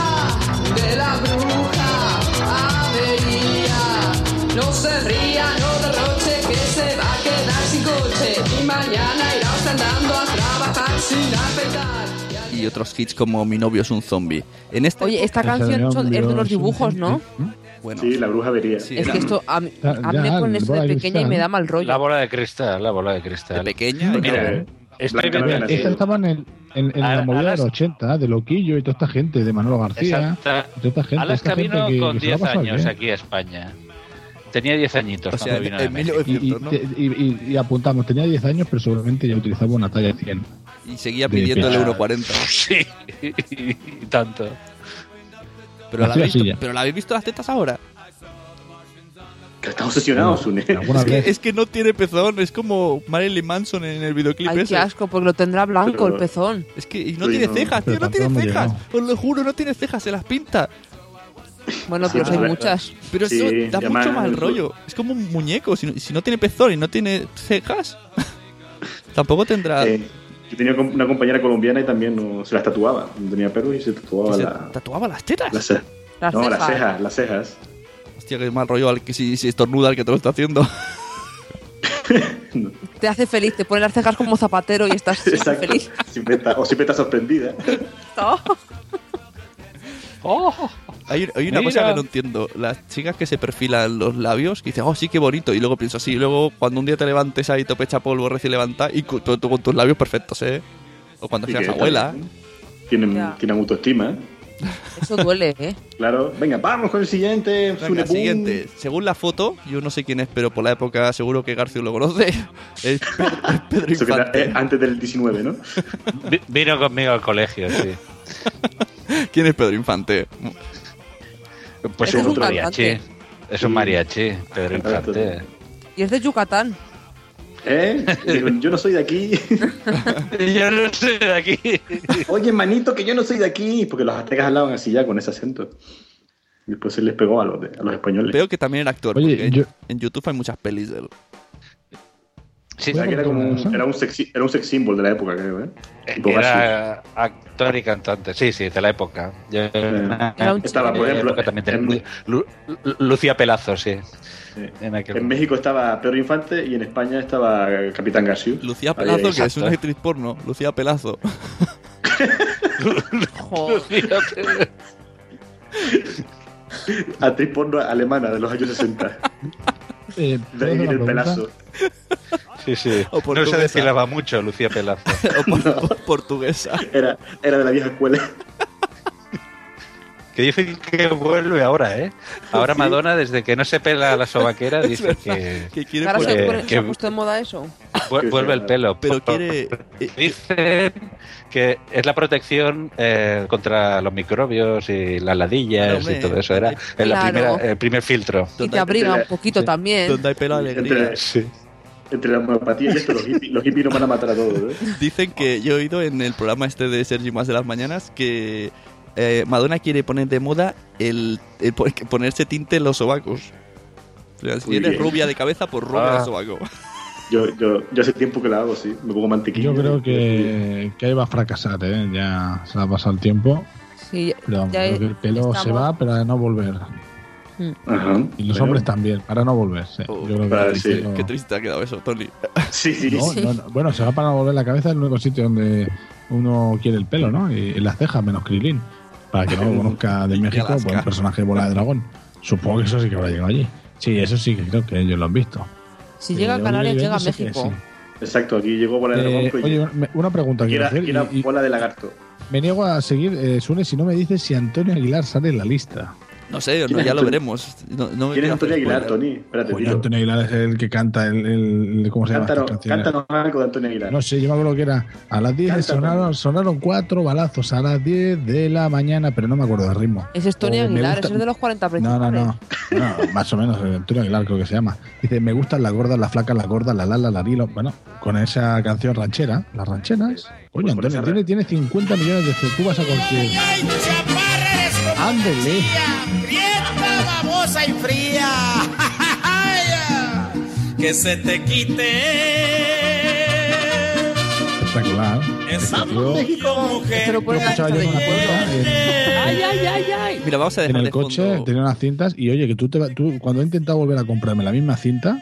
de la bruja avería. No se ría, no derroche, que se va a quedar sin coche. Y mañana irás andando a trabajar sin afeitar.
Y otros hits como Mi novio es un zombie. En este esta.
Oye, esta canción son- es de unos dibujos, ¿no?
Bueno,
Sí, la bruja vería.
sí,
Es
era
que esto, a mí,
Ya,
a mí
ya,
con
el
eso
bola
de
de
pequeña y
cristal.
me da mal rollo.
La bola de cristal, la bola de cristal.
pequeña.
Mira,
claro.
eh,
Estoy
Blanca
viendo-
Navia
Esta
Garcius.
estaba en, el- en, en la
Al-
movida de los
Alaska-
80, de Loquillo y toda esta gente, de Manolo García.
Exacta.
De toda esta gente.
Alaska
esta gente
vino
que-
con
que se lo ha
10
pasado
años
bien.
aquí a España. Tenía 10 añitos
O sea,
cuando
en,
vino a
en
México.
Y,
1900, ¿no?
y- y- y- y apuntamos, tenía 10 años, pero seguramente ya utilizaba una talla 100.
Y seguía
de
pidiendo el
pecho.
euro 40.
Sí, y tanto.
Pero la,
Así,
habéis
así
visto,
ya.
pero la habéis visto las tetas ahora.
Que está obsesionado, Sune.
Alguna
Es que,
vez.
es que no tiene pezón, es como Marilyn Manson en el videoclip
Ay,
ese.
qué asco, porque lo tendrá blanco
Pero-
el pezón.
Es que y no
Uy,
tiene
no.
cejas, tío,
Pero
no tiene
tanto hemos
cejas.
llegado.
Os lo juro, no tiene cejas, se las pinta.
Bueno, pero
sí,
hay
es verdad.
muchas.
Pero
Sí,
eso da
además-
mucho mal rollo. Es como un muñeco. Si no, si no tiene pezón y no tiene cejas, tampoco tendrá.
Eh, yo tenía com- una compañera colombiana y también no- se las tatuaba. No tenía pelo y se tatuaba
se
la,
tatuaba las tetas.
las cejas.
Las
no,
cejas.
las cejas, las cejas.
Hostia, qué mal rollo al que si, si estornuda el que te lo está haciendo.
Te hace feliz, te pone las cejas como zapatero y estás siempre
Exacto.
feliz.
Siempre está- o siempre está sorprendida.
Oh,
¡Oh!
Hay, hay una cosa
Mira.
que no entiendo. Las chicas que se perfilan los labios, que dicen, oh, sí, qué bonito. Y luego pienso así. Y luego, cuando un día te levantes ahí, tope echa polvo, recién levanta, y cu- tú, tú con tus labios perfectos, ¿eh? O cuando
Y
seas
que
abuela.
también Tienen,
Ya.
tienen autoestima.
Eso duele, ¿eh?
Claro. Venga, vamos con el siguiente.
Venga,
Sune, boom.
siguiente. Según la foto, yo no sé quién es, pero por la época seguro que García lo conoce. Es Pedro, es Pedro
Eso que era,
Infante.
eh, antes del 19, ¿no?
Vi- Vino conmigo al colegio, sí.
¿Quién es Pedro Infante?
Pues
Ese
es
es
un
un
mariachi.
cantante.
Es un mariachi, Pedro
Exacto.
Infante.
Y es de Yucatán.
¿Eh? Digo, Yo no soy de aquí.
Yo no sé de aquí.
Oye, manito, que yo no soy de aquí. Porque los aztecas hablaban así ya con ese acento. Y Después se les pegó a los, de- a los españoles.
Veo que también era actor.
Oye,
porque
yo-
En YouTube hay muchas pelis de él.
Sí,
O sea, que era como un, era un sex, era un sex symbol de la época, creo, ¿eh? Tipo Garcius.
Era Eh, actor y cantante, sí, sí, de la época. Yo-
Era un
Estaba, por
en
ejemplo,
época también
en-
tenía- Lu- Lu- Lucía Pelazo, sí.
Sí.
En aquel
En México estaba Pedro Infante y en España estaba Capitán Garcius.
Lucía
Había-
Pelazo, que es
exacto.
una actriz porno. Lucía Pelazo.
Jo,
Actriz porno alemana de los años 60.
Eh,
De ahí viene el pelazo.
Sí, sí.
O
No
portuguesa.
se desfilaba mucho Lucía Pelazo.
O por- portuguesa.
Era, era de la vieja escuela.
Que dicen que vuelve ahora, ¿eh? Ahora Madonna, desde que no se pela la sobaquera, dice que
Que quiere
Ahora
por-
se,
Eh,
pone- se
que-
ha puesto de moda eso.
vu- vuelve el pelo.
Pero quiere. eh,
Dicen que es la protección eh, contra los microbios y las ladillas
Hombre,
y todo eso. Era en la
claro.
primera, el primer filtro.
Y te
Totalmente.
abriga un poquito también.
donde hay pelo alegría.
Sí.
Entre la homeopatía y esto, los hippies, los hippies nos van a matar a todos. ¿eh?
Dicen que yo he oído en el programa este de Sergi Más de las Mañanas que eh, Madonna quiere poner de moda el, el po- ponerse tinte en los sobacos. O sea, si
Muy
eres
bien.
rubia de cabeza, pues rubia
Ah.
de sobaco.
Yo, yo, yo hace tiempo que la hago, sí. Me pongo mantequilla.
Yo creo que, que ahí va a fracasar, ¿eh? Ya se le ha pasado el tiempo.
Sí,
Pero vamos,
ya
creo que el pelo se
estamos-
va para no volver.
Mm.
Y los hombres también, para no volver. sí. Yo creo que el
sí.
pelo-
Qué triste ha quedado eso, Tony.
Sí, sí.
No, no, no. Bueno, se va para volver la cabeza, es el único sitio donde uno quiere el pelo, ¿no? Y, y las cejas, menos Krilin. Para que no lo conozca de México, pues,
Alaska.
un personaje de bola de dragón. Supongo que eso sí que habrá llegado allí. Sí, eso sí que creo que ellos lo han visto.
Si
Eh,
llega a
yo
Canarias,
creo
llega a
que sí que
México.
Exacto, aquí llegó bola de
Eh,
dragón.
oye, me- una pregunta quiero
Quiera,
hacer.
quiera
y- y
bola de lagarto.
me niego a seguir, eh, Sune, si no me dices si Antonio Aguilar sale en la lista.
No sé,
¿Quién es
ya lo
Antonio?
veremos. No, no me
¿Quién es
quiero
Antonio
hacer
Aguilar,
spoiler.
Tony? Espérate,
Coño,
tío.
Antonio Aguilar es el que canta el. el- ¿Cómo se llama?
Cántanos,
estas canciones?
cántanos algo de Antonio Aguilar.
No sé, yo me acuerdo que era a las 10
Canta,
sonaron, sonaron cuatro balazos a las 10 de la mañana, pero no me acuerdo del ritmo.
Ese es Tony
O me
Aguilar,
gusta-
ese es de los 40
No,
principales.
no, no. No, más o menos, eh, Antonio Aguilar creo que se llama. Dice, me gustan las gordas, las flacas, las gordas, la la, la, la, lilo. Bueno, con esa canción ranchera, las
Pues,
rancheras. Coño, Antonio, tiene, tiene 50 millones de tú vas a cualquier... Ándele.
Prieta, babosa y fría. que se te quite.
Espectacular. Este tío-
mujer.
Lo escuchaba yo en una puerta, eh,
Ay, ay, ay, ay.
Mira, vamos a
en
dejar
el
de
coche,
fondo.
tenía unas cintas y oye, que tú, te, va- tú cuando he intentado volver a comprarme la misma cinta,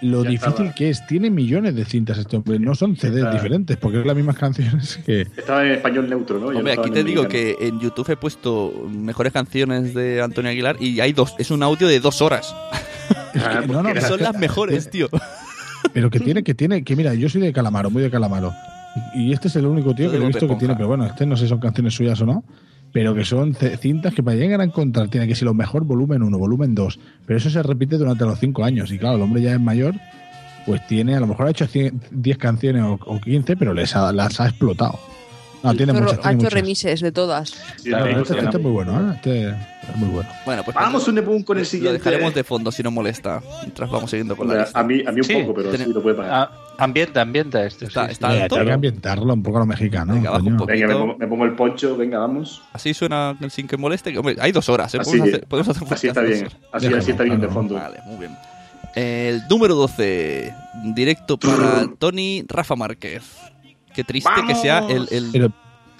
lo
Ya
difícil
estaba.
que es, tiene millones de cintas este hombre, no son CDs
Está.
diferentes, porque es las mismas canciones que...
Estaba en español neutro, ¿no? Yo
Hombre,
estaba
aquí
en
te digo
dominicano.
que en YouTube he puesto mejores canciones de Antonio Aguilar y hay dos, es un audio de dos horas.
Ah, pues
no, no, pero-
Son las mejores, tío.
Pero que tiene, que tiene, que mira, yo soy de Calamaro, muy de Calamaro. Y este es el único tío
Yo
que
de
he
Bob
visto que
Esponja.
tiene, pero bueno, este no sé si son canciones suyas o no, pero que son ce- cintas que para llegar a encontrar tiene que ser lo mejor volumen 1, volumen 2, pero eso se repite durante los 5 años y claro, el hombre ya es mayor, pues tiene, a lo mejor ha hecho 100 10 canciones o, o 15, pero les ha- las ha explotado. No, tiene
Ha hecho-
muchas,
ha
tiene
hecho
muchas.
remises de todas.
Claro,
la
este,
Revolución.
este es muy bueno, ¿eh? este es muy bueno.
Bueno, pues
Vamos un pum con el
lo
siguiente.
dejaremos de fondo si no molesta. Mientras vamos siguiendo con la
Hombre,
lista.
a mí- a mí un poco, pero sí lo puede pagar.
Ah,
ambienta, ambienta esto.
Está,
Venga,
está al
Eh, Hay que
tono.
ambientarlo un poco a lo mexicano.
Venga, baja un
coño.
poquito.
Venga, me pongo, me pongo el poncho, venga, vamos.
Así suena el sin que moleste. que, Hombre, hay dos horas, ¿eh?
Así-
Podemos hacer, podemos hacer un
así está
podcast de
bien,
dos
así-
horas.
así está bien de fondo.
Vale, muy bien. El número 12, directo para Tony Rafa Márquez. Qué triste que sea el... el-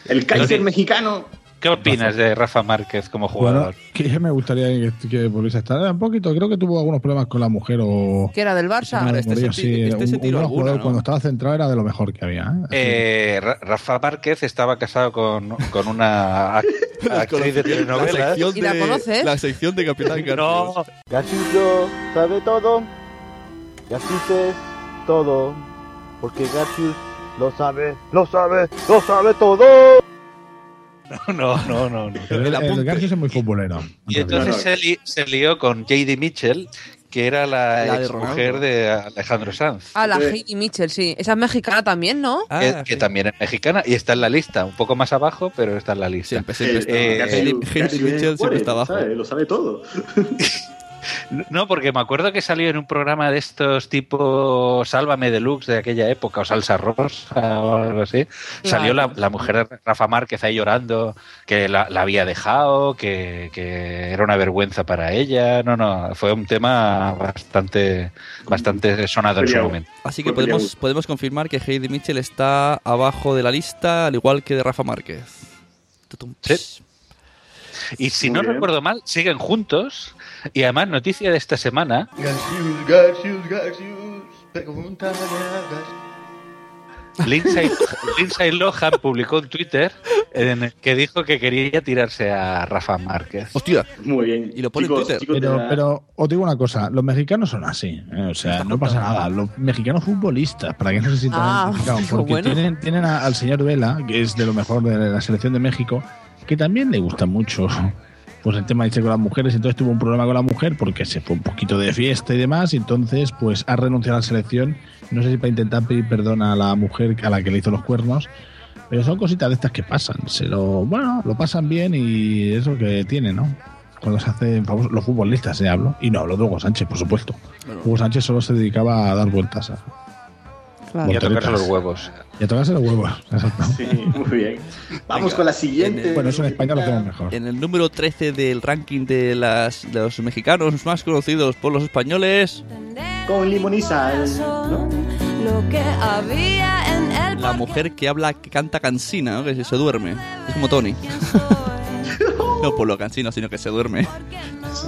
El Kaiser mexicano.
¿Qué opinas de Rafa Márquez como
Bueno,
jugador?
que me gustaría que, que volviese a estar un poquito. Creo que tuvo algunos problemas con la mujer o.
Que era del Barça.
Ahora
Ahora,
se ti- este se tiró alguna, ¿no?
cuando estaba centrado era de lo mejor que había. ¿eh?
Eh, Ra- Rafa Márquez estaba casado con, con una ac- actriz de telenovelas.
sección de- La sección de Capitán Garfio.
No,
Garciuso sabe todo. Garcius es todo. Porque Garcius lo sabe, lo sabe, lo sabe todo.
no, no, no. no.
Pero el, el Garcius es muy futbolero.
Y entonces se, li- se lió con JD Mitchell, que era la,
La de
mujer de Alejandro Sanz.
Ah, la ah,
que-
Heidi Mitchell, sí. Esa es mexicana también, ¿no?
que, también es mexicana y está en la lista, un poco más abajo, pero está en la lista.
siempre
Eh,
está. Heidi- Heidi Mitchell siempre está abajo.
¿sabes? Lo sabe todo.
No, porque me acuerdo que salió en un programa de estos tipo Sálvame Deluxe de aquella época, o Salsa Rosa o algo así. Salió la, la mujer de Rafa Márquez ahí llorando que la, la había dejado, que, que era una vergüenza para ella. No, no, fue un tema bastante, bastante
Ah,
sonado en su momento.
Así que podemos, podemos confirmar que Heidi Mitchell está abajo de la lista, al igual que de Rafa Márquez. Tutum.
Y si
Muy
no
bien.
recuerdo mal, siguen juntos. Y además, noticia de esta semana,
Garcius, Garcius, Garcius, pregúntale a Garcius.
Lindsay, Lindsay Lohan publicó un Twitter en el que dijo que quería tirarse a Rafa Márquez.
Hostia.
Muy bien.
Y lo
pone en Chicos, Twitter. chicos,
Pero,
de la-
pero os digo una cosa: los mexicanos son así. ¿eh? O sea, no pasa nada. Los mexicanos futbolistas, para que no se sientan
Ah,
identificados,
digo,
Porque
bueno.
tienen, tienen a- al señor Vela, que es de lo mejor de la selección de México, que también le gusta mucho. Pues el tema de irse con las mujeres, entonces tuvo un problema con la mujer porque se fue un poquito de fiesta y demás, y entonces pues ha renunciado a la selección, no sé si para intentar pedir perdón a la mujer a la que le hizo los cuernos, pero son cositas de estas que pasan, se lo, bueno, lo pasan bien y es lo que tiene, ¿no? Cuando se hacen famosos, los futbolistas, se hablo, y no hablo de Hugo Sánchez, por supuesto. Hugo Sánchez solo se dedicaba a dar vueltas a,
Y a tocarse
Volteretas.
los huevos.
y a tocarse los huevos, exacto.
Sí, muy bien. Vamos con la siguiente.
Bueno, eso en España lo tenemos mejor.
En el número 13 del ranking de, las, de los mexicanos más conocidos por los españoles,
con limón y sal. ¿no?
Lo que había en el
La mujer que habla, que canta cansina, ¿no? que se duerme. Es como Tony. no por lo cansino, sino que se duerme.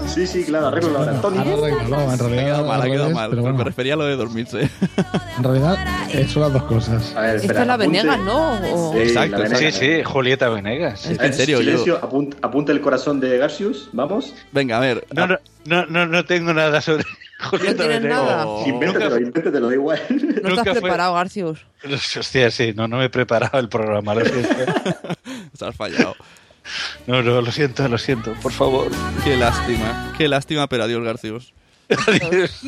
Sí, sí, claro, arreglo la hora. Tony.
No, en
Ha
realidad.
quedado mal, ha
al
quedado
revés,
mal.
pero bueno,
Me refería a lo de dormirse.
en realidad, eh, son las dos cosas.
A ver,
Esta es la Venegas, ¿no? O-
Exacto,
la
exacto.
Sí, sí, Julieta Venegas.
Es que en serio, yo-
Silencio, apun- apunta el corazón de Garcius, vamos.
Venga, a ver.
No, no, no, no, no tengo nada sobre Julieta
tienes
Venegas.
nada.
Invéntatelo, invéntatelo, da igual.
No te
Nunca
has
fue-
preparado, Garcius.
Hostia, sí, no, no me he preparado el programa. Lo siento.
Estás fallado.
No, no, lo siento, lo siento, por favor.
Qué lástima, qué lástima, pero adiós, Garcius.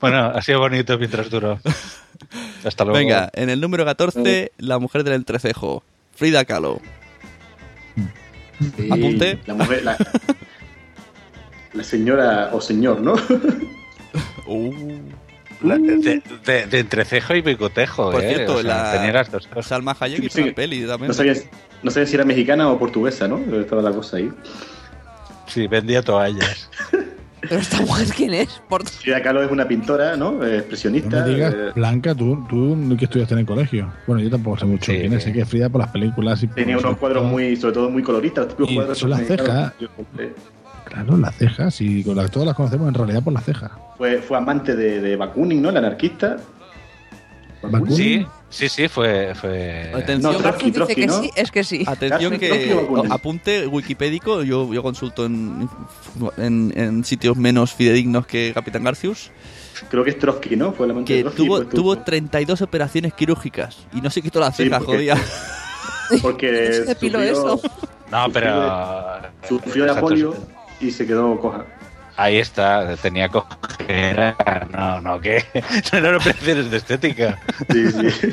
Bueno, ha sido bonito mientras duró. Hasta luego.
Venga, en el número 14, la mujer del entrecejo, Frida Kahlo.
Sí,
Apunte.
La mujer, la, la señora o señor, ¿no?
Uh.
La- de, de- de entrecejo y bigotejo,
Por
eh,
cierto,
o sea,
la-
tenía las dos cosas.
Salma Hayek hizo
Sí.
una peli también.
No sabía, no sabía si era mexicana o portuguesa, ¿no? Estaba la cosa ahí.
Sí, vendía toallas.
Pero esta mujer, ¿quién es? Por...
Frida Kahlo es una pintora, ¿no? Eh,
No
Expresionista.
me digas,
eh,
Blanca, tú, tú que estudiaste en el colegio. Bueno, yo tampoco sé mucho quién es. Sé que es Frida por las películas y por
tenía
los-
unos cuadros muy, sobre todo muy coloristas. los
Y
cuadros
son las
mexicanos.
cejas.
Yo compré.
Claro, las cejas. Y con las, todas las conocemos en realidad por las cejas.
Fue, fue amante de, de Bakunin, ¿no? El anarquista.
Sí, sí, sí, fue. fue...
Atención,
No, Trotsky,
Dice
Trotsky,
que
¿no?
sí, es que sí.
Atención que o- apunte wikipédico, yo, yo consulto en, en- en sitios menos fidedignos que Capitán Garcius,
Creo que es Trotsky, ¿no? Fue el amante
que
de Trotsky.
tuvo,
pues,
tuvo 32 operaciones quirúrgicas y no se quitó la
Sí,
ceja,
porque-
jodía.
Porque
Se depiló
sufrió-
eso.
No, pero.
Sufrió de- Sufrió de
Exacto,
polio y se quedó coja.
Ahí está, tenía cojera. No, no, que. No eran operaciones de estética.
Sí, sí.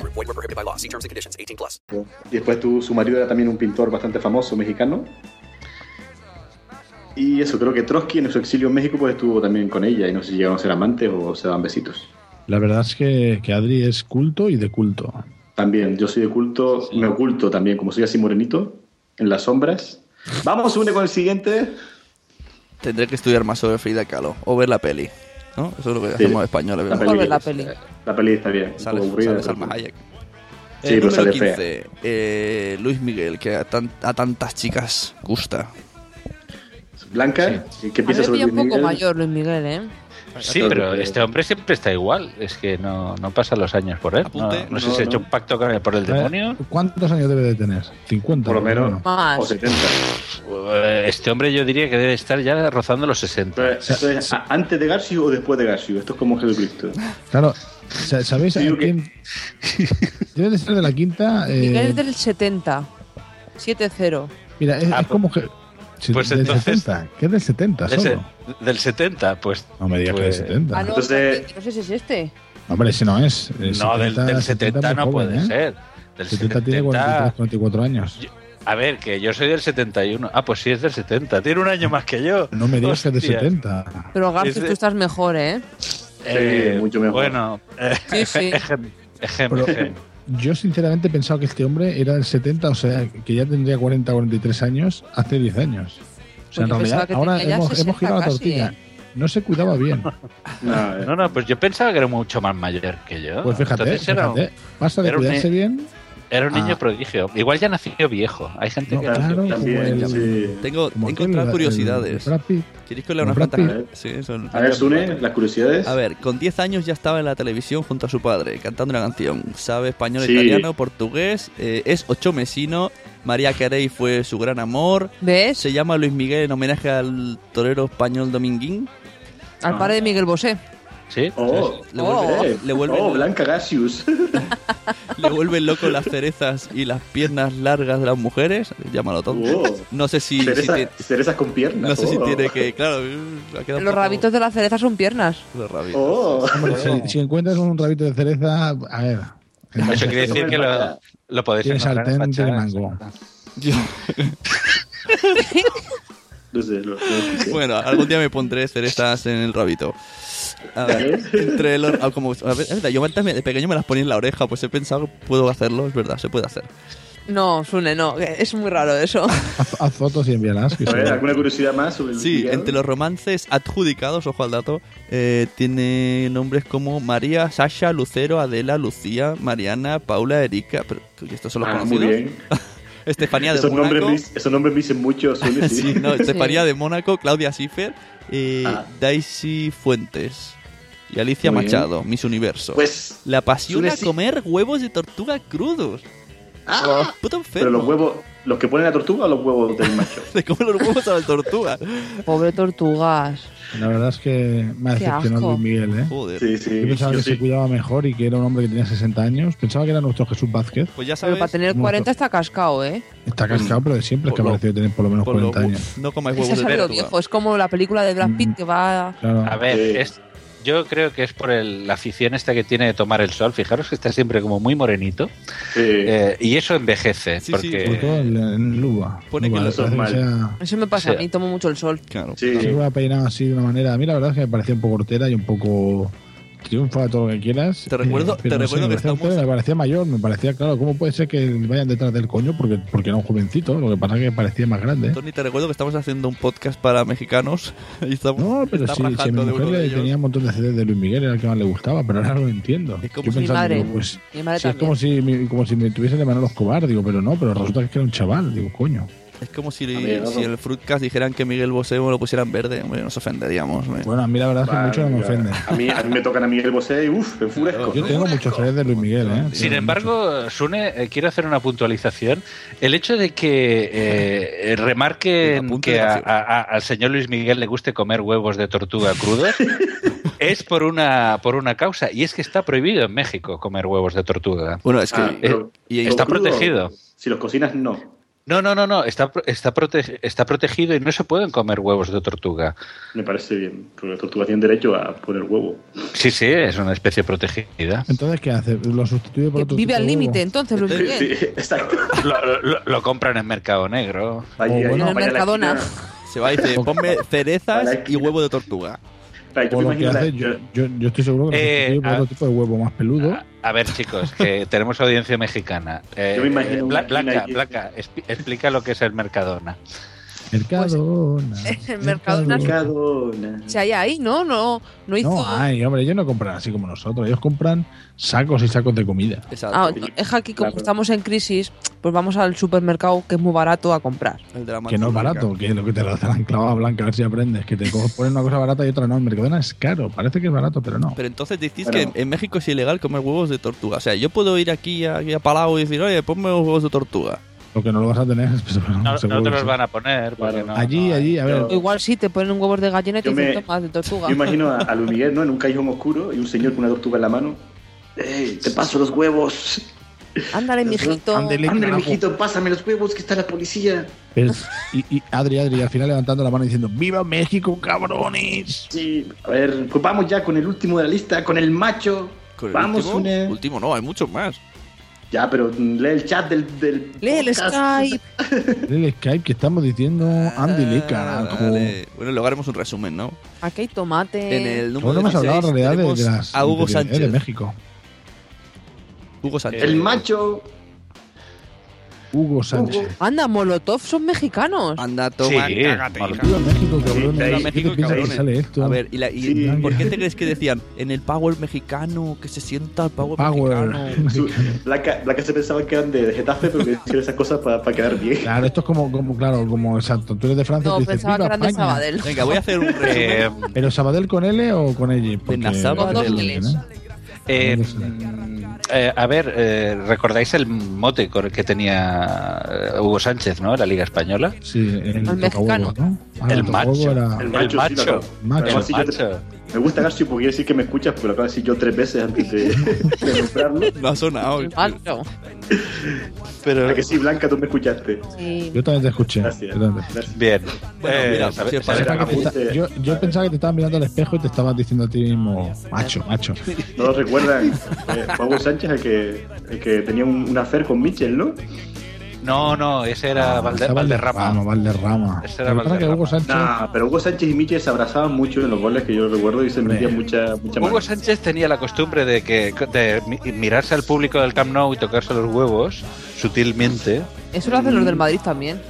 Group. Void were prohibited by law. See terms and conditions. 18 plus.
Y después Pues tu, su marido era también un pintor bastante famoso mexicano. Y eso, creo que Trotsky en su exilio en México pues estuvo también con ella y no sé si llegaron a ser amantes o se daban besitos.
La verdad es que, que Adri es culto y de culto.
También, yo soy de culto, me oculto también, como soy así morenito, en las sombras. Vamos, une con el siguiente.
Tendré que estudiar más sobre Frida Kahlo o ver la peli. ¿no? Eso es lo que
Sí.
hacemos los españoles.
La
vemos.
peli, Eh, La peli está bien. un
Sale,
poco aburrida,
sale
pero-
Salma Hayek.
Sí, pero
el Eh, número
sale fea.
15, eh, Luis Miguel, que a, tan- a tantas chicas gusta.
Blanca, ¿qué
A mí me pilla un poco mayor Luis Miguel, ¿eh?
Sí, pero este hombre siempre está igual. Es que no, no pasan los años por él. No,
Apunte.
no sé si
No,
ha
no.
hecho un pacto con él por el
A ver,
demonio.
Eh, ¿Cuántos años debe de tener? 50.
Por lo menos.
Más.
O 70.
Eh, Este hombre yo diría que debe estar ya rozando los Ah, 60.
Pero, ¿esto Eh, es a- ¿Antes de Garcius o después de Garcius? Esto es como Jesucristo.
Claro, sa- ¿sabéis a quién? Debe de ser de la quinta. eh,
Miguel es del 70. 7-0.
mira, es, es como que. si-
Ah, pues
del
entonces-
70, que es del 70
Del se-
solo.
del 70, pues.
No me digas que del 70.
Ah, no,
Entonces-
espérate, no sé si es este.
Hombre, ese no es. eh, El
No, del, del 70,
70
no
muy joven,
puede
¿eh?
ser. Del
70 tiene 43, 44 años.
A ver, que yo soy del 71. Ah, pues sí, es del 70. Tiene un año más que yo.
No me digas que es del
Hostia.
70.
Pero Garcius,
Ese-
tú estás mejor, ¿eh?
Eh,
mucho mejor.
Bueno, eh,
Sí, sí.
ejem, ejem,
Pero-
ejem.
Yo sinceramente pensaba que este hombre era del 70, o sea, que ya tendría 40 43 años hace 10 años. O sea,
Pues
en
yo pensaba
realidad,
que
ahora
tenía ya
hemos,
60
hemos girado
casi,
la tortilla.
¿eh?
No se cuidaba bien.
No,
no, pues yo pensaba que era mucho más mayor que yo.
Pues fíjate,
Entonces era un-
fíjate. Pasa de
era un-
cuidarse bien
Era un niño
Ah.
prodigio. Igual ya nació viejo. Hay gente
No,
que
claro,
nació
también,
joven.
pues,
sí. Tengo- Como he aquel, encontrado el- curiosidades. el Brad Pitt. ¿Queréis que lea
Como
unas
Brad
cuantas?
Pitt.
Sí, son-
A ver, Sune,
las curiosidades.
A ver, con 10 años ya estaba en la televisión junto a su padre, cantando una canción. Sabe español,
Sí.
italiano, portugués, eh, es ochomesino. María Carey fue su gran amor.
¿Ves?
Se llama Luis Miguel en homenaje al torero español Dominguín.
Ah.
Al padre de Miguel Bosé.
Sí.
Oh, le vuelve, le vuelve-
Oh, Blanca Gasius.
le vuelven loco las cerezas y las piernas largas de las mujeres. Llámalo todo.
Oh.
No sé si. si
Cereza-
tiene-
cerezas con piernas.
No sé si
oh.
tiene que. Claro, uh, ha quedado
Los rabitos de la cereza son piernas.
Los rabitos.
Oh.
Hombre, si, si encuentras un rabito de cereza, a ver.
Eso quiere decir que lo, lo podéis
Tiene
encontrar en
sartén, tiene
fachadas.
mango.
Bueno, algún día me pondré cerezas en el rabito. A ver, entre los, ah, como, a ver, es verdad, yo antes me- de pequeño me las ponía en la oreja, pues he pensado que puedo hacerlo, es verdad, se puede hacer.
No, Sune, no. Es muy raro eso.
Haz, haz fotos y envíalas. que seguro.
curiosidad más
Sí, entre los romances adjudicados, ojo al dato, eh, tiene nombres como María, Sasha, Lucero, Adela, Lucía, Mariana, Paula, Erika, pero ¿y estos son los
Ah, muy
conocidos.
bien.
Estefanía de
esos,
Mónaco.
nombres, me dic- esos nombres me dicen mucho. Sune,
Sí, no, Estefanía
Sí.
de Mónaco, Claudia Schiffer, eh,
Ah.
Daisy Fuentes y Alicia
Muy bien.
Machado, Miss Universo.
Pues,
la pasión
Sune,
a
sí.
comer huevos de tortuga crudos. Puto enfermo.
Pero los huevos, los que ponen la tortuga o los huevos del macho.
Se comen los huevos a la tortuga.
Pobre tortugas.
La verdad es que me ha
Qué asco.
decepcionado Luis Miguel, ¿eh?
Joder.
Sí, sí,
Yo pensaba
yo
que
sí.
se cuidaba mejor y que era un hombre que tenía 60 años. Pensaba que era nuestro Jesús Vázquez.
Pues ya
Pero
sabes,
para tener 40 está cascado, ¿eh?
Está cascado, pero de siempre es que ha
Por lo-
parecido tener por lo menos
por lo
40 años.
no comáis
Se ha
huevos de
sabido
tortuga.
viejo. Es como la película de Brad Pitt que va.
A ver, es, yo creo que es por el- la afición esta que tiene de tomar el sol. Fijaros que está siempre como muy morenito. Eh, y eso envejece.
Sí, sí. Sobre
porque
todo en, en Luba.
Pone que
Luba,
lo son
parece que
mal.
sea-
Eso me pasa
Sí.
a mí, tomo mucho el sol.
Claro.
Sí. Luba peinado así de una manera. A mí la verdad es que me parecía un poco hortera y un poco. Triunfa todo lo que quieras. Eh,
Te recuerdo-
pero
te recuerdo
me
que
parecía hortera, Me parecía mayor, me parecía claro. ¿Cómo puede ser que vayan detrás del coño? Porque, porque era un jovencito. Lo que pasa es que parecía más grande.
Tony, te recuerdo que estamos haciendo un podcast para mexicanos. Y estamos,
No, pero
está
sí, sí, a mi
rajando de
mujer
uno de
le
ellos.
tenía un montón de CDs de Luis Miguel, era el que más le gustaba, pero ahora lo entiendo.
como
Yo
si- Mi
pensando,
madre,
digo, pues,
mi madre
sí, es como si, mi- como si me tuviese de Manolo Escobar, digo, pero no, pero resulta que era un chaval, digo, coño.
Es como si,
Amigo,
si en el Fruitcast dijeran que Miguel Bosé lo pusieran verde. Hombre, nos ofenderíamos. hombre.
Bueno, a mí la verdad es que
Vale,
mucho no me
ya.
ofende.
A mí, a mí me tocan a Miguel Bosé y uff, enfurezco.
Yo tengo muchos CDs de Luis Miguel, ¿eh?
Sin embargo, Sune, eh, quiero hacer una puntualización. El hecho de que eh, eh, remarquen que a- a- a- al señor Luis Miguel le guste comer huevos de tortuga crudos es por una, por una causa, y es que está prohibido en México comer huevos de tortuga.
Bueno, es que-
Ah,
Eh, está protegido.
Si los cocinas, no.
No, no, no, no, está, pro- está, prote- está protegido y no se pueden comer huevos de tortuga.
Me parece bien, porque la tortuga tiene derecho a poner huevo.
Sí, sí, es una especie protegida.
Entonces, ¿qué hace? Lo sustituye
Eh,
por otro
Vive
tipo
al
de huevo.
límite, entonces, Luis Miguel.
exacto.
Lo, lo- lo compran en Mercado Negro.
Ahí, ahí,
En el
vaya la
Mercadona.
esquina.
Se va y dice: ponme cerezas y huevo de tortuga.
Claro, yo
O
me
lo que
imagino ah, la-
hace, yo, yo, yo estoy seguro que lo
Eh,
sustituye por
a-
otro tipo de huevo más peludo.
A ver, chicos, que tenemos audiencia mexicana. Eh,
Yo me imagino
Bla-
una
Blanca,
esquina y-
Blanca, expli- explica lo que es el Mercadona.
pues,
Mercadona.
eh,
El Mercadona.
Mercadona.
Si hay ahí, ¿no? No, no hizo.
No, ay, hombre, ellos no compran así como nosotros. Ellos compran sacos y sacos de comida.
Ah, no, es que aquí, como estamos en crisis, pues vamos al supermercado que es muy barato a comprar.
Que no es barato, que lo que te lo han clavado blanca, a ver si aprendes. Que te co- ponen una cosa barata y otra no. El Mercadona es caro, parece que es barato, pero no.
Pero entonces decís
Bueno.
que en México es ilegal comer huevos de tortuga. O sea, yo puedo ir aquí a, aquí a Palau y decir, oye, ponme huevos de tortuga.
Lo que no lo vas a tener es. pero
No,
seguro
no
que
te los
sí.
van a poner. porque no-
allí, allí, a ver.
O igual sí, te ponen huevos de gallina y te
Yo
dicen
me-
toma, de tortuga.
Yo imagino a, a Luis Miguel, ¿no? En un callejón oscuro y un señor con una tortuga en la mano. ¡Ey, te paso los huevos!
Ándale, mijito.
Ándele,
Ándale,
carajo.
mijito, pásame los huevos que está la policía.
Es- y, y Adri, Adri, al final levantando la mano diciendo: ¡Viva México, cabrones!
Sí, a ver, pues vamos ya con el último de la lista, con el macho.
¿Con el
vamos,
último?
Sune.
Último no, hay muchos más.
Ya, pero mm, lee el chat del. del
Lee el
podcast.
Skype.
El Skype que estamos diciendo, Andy Lee, carajo.
Ah, Vale. Bueno, luego haremos un resumen, ¿no?
Aquí hay tomate.
En el
No
número
hemos hablado en
16
realidad de- de,
tenemos
las.
a
de-
Hugo
de-
Sánchez.
de México.
Hugo Sánchez.
El macho.
Hugo Sánchez.
Anda, Molotov son mexicanos.
Anda, toma,
Sí,
cágate, hija.
Viva México, cabrones.
Sí, viva
¿Qué
México,
te piensas que
cabrones.
sale esto?
A ver, ¿y, la- y
Sí.
por qué te crees que decían en el Power mexicano, que se sienta el Power, mexicano?
Su- La que, la que se pensaba que eran de Getafe, pero que hicieron esas cosas para quedar bien.
Claro, esto es como, como claro, como exacto. Tú eres de Francia, y te dices, "Viva España".
Venga, voy a hacer un resumen.
Pero Sabadell con L o con L?
Venga, Sabadell.
Eh, mm, eh, a ver, eh, ¿recordáis el mote con- que tenía eh, Hugo Sánchez, ¿no? La Liga Española.
Sí, el,
El
mexicano. ¿no? Ah,
El macho.
tocahuevo era-
El macho.
sí, la acabo.
Macho.
Además, sí, yo te-
Macho.
me gusta Garcio porque quiere decir que me escuchas, porque lo acabo de decir yo tres veces antes de, de nombrarlo.
No ha sonado.
Pero... Ah, que sí, Blanca, tú me escuchaste.
Yo también te escuché. yo también te escuché.
Bien. Eh,
mira,
sabe-
si os parece
sabe-
que
Puta,
Este,
Yo, yo pensaba que te estabas mirando al espejo y te estabas diciendo a ti mismo, macho, macho.
No lo recuerdan. Eh, Pablo Sánchez, el que, el que tenía un, un affair con Mitchell, ¿no?
No, no, ese era Valde- Valderrama.
Vamos, Ah, Valderrama.
Ese era
Lo que pasa es que
Valderrama.
Hugo Sánchez.
Nah, pero Hugo Sánchez y Mitchell se abrazaban mucho en los goles que yo recuerdo y se metían mucha, mucha mano.
Hugo Sánchez tenía la costumbre de que de mi- mirarse al público del Camp Nou y tocarse los huevos sutilmente.
Eso lo hacen los del Madrid también.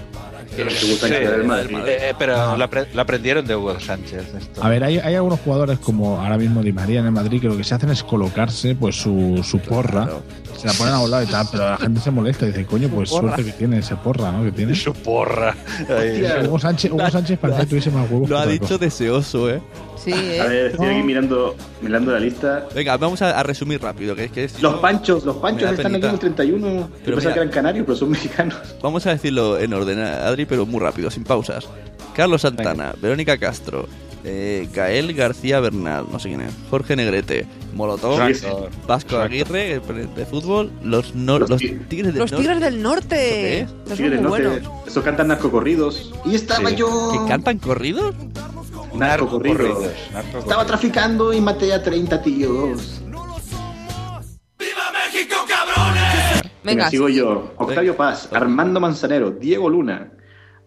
Hugo Sánchez era del Madrid.
eh,
Ah.
pero lo, apre- lo aprendieron de Hugo Sánchez. Esto.
A ver, hay, hay algunos jugadores como ahora mismo Di María en el Madrid que lo que se hacen es colocarse pues su, su porra, se la ponen a un lado y tal, pero la gente se molesta y dice, coño, pues
porra.
suerte que tiene ese porra, ¿no? Que tiene.
Su porra.
Hugo Sánchez, Hugo Sánchez parece que tuviese más huevos.
Lo
que
ha
otra
dicho deseoso, ¿eh?
Sí,
A ver, estoy aquí mirando, mirando la lista.
Venga, vamos a, a resumir rápido. Que es que
Los panchos, los panchos están aquí en el 31. Yo pensaba
Pero
que
mira.
eran canarios, pero son mexicanos.
Vamos a decirlo en orden, Adri, pero muy rápido, sin pausas. Carlos Santana, Verónica Castro, eh, Gael García Bernal, no sé quién es, Jorge Negrete, Molotov,
Exacto.
Vasco Aguirre, el pre- de fútbol, los, nor- los Tigres del
Los
Norte.
Tigres del Norte.
¿Eso
Estos
Sí,
son
del
muy
norte,
buenos.
esos cantan narcocorridos. Y estaba
Sí.
yo.
¿Que cantan corridos?
Narcocorridos.
narcocorridos.
Estaba traficando y maté a 30 tíos. Venga, sigo yo. Octavio Paz, Armando Manzanero, Diego Luna,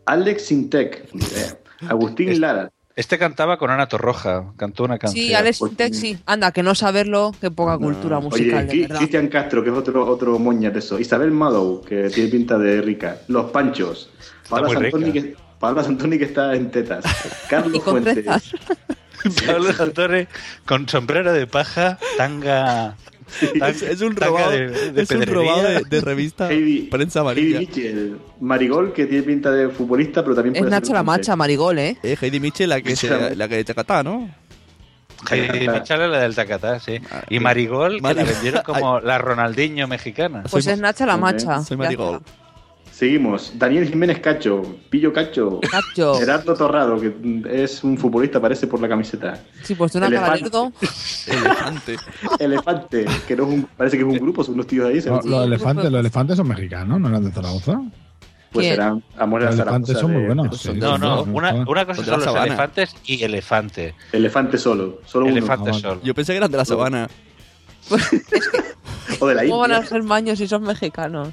Alex Sintec, ni idea, Agustín Lara.
Este cantaba con Ana Torroja, cantó una canción.
Sí, Alex Sintek, sí. Anda, que no saberlo, qué poca cultura musical,
Oye,
de
Cri-
verdad.
Cristian Castro, que es otro, otro moña de eso. Isabel Madow, que tiene pinta de rica. Los Panchos. Paula
muy rica.
Santoni, que, Paula Santoni, que está en tetas. Carlos Fuentes.
Pablo Sartori con sombrero de paja, tanga. tan-
Es, es un
tanga
robado,
de, de
es un
pedrería.
robado de, de revista
Heidi-
Prensa
Heidi
Amarilla.
Mitchell. Marigol, que tiene pinta de futbolista, pero también
Es
puede
Nacho
ser
la
mujer.
Macha, Marigol, ¿eh?
Eh, Heidi Mitchell, la que, se, la que de Chacatá, ¿no?
Heidi Mitchell era la del Tacatá, sí. Y Marigol, que la
Ah, Marigol.
vendieron como la Ronaldinho mexicana.
Pues es Nacha la
Ok.
Macha.
Soy
ya
Marigol.
está.
Seguimos. Daniel Jiménez Cacho, Pillo Cacho,
Cacho.
Gerardo Torrado, que mm, es un futbolista, parece por la camiseta.
Sí, pues de una
Elefante.
caballerdo.
Elefante.
Elefante, que no es un- parece que es un grupo, son unos tíos ahí.
Los,
seguro.
los elefantes, los elefantes son mexicanos, no eran de Zaragoza.
Pues serán amores
Los
a
elefantes
Zaragoza
son muy
de-
buenos.
de-
sí.
No, no,
Son-
una,
son-
una cosa
son de
son
la
los
sabana.
elefantes y elefante.
Elefante solo, solo uno.
elefante
Ah, vale.
solo.
Yo pensé que eran de la sabana.
O de la
¿Cómo van
India,
a ser maños si son mexicanos?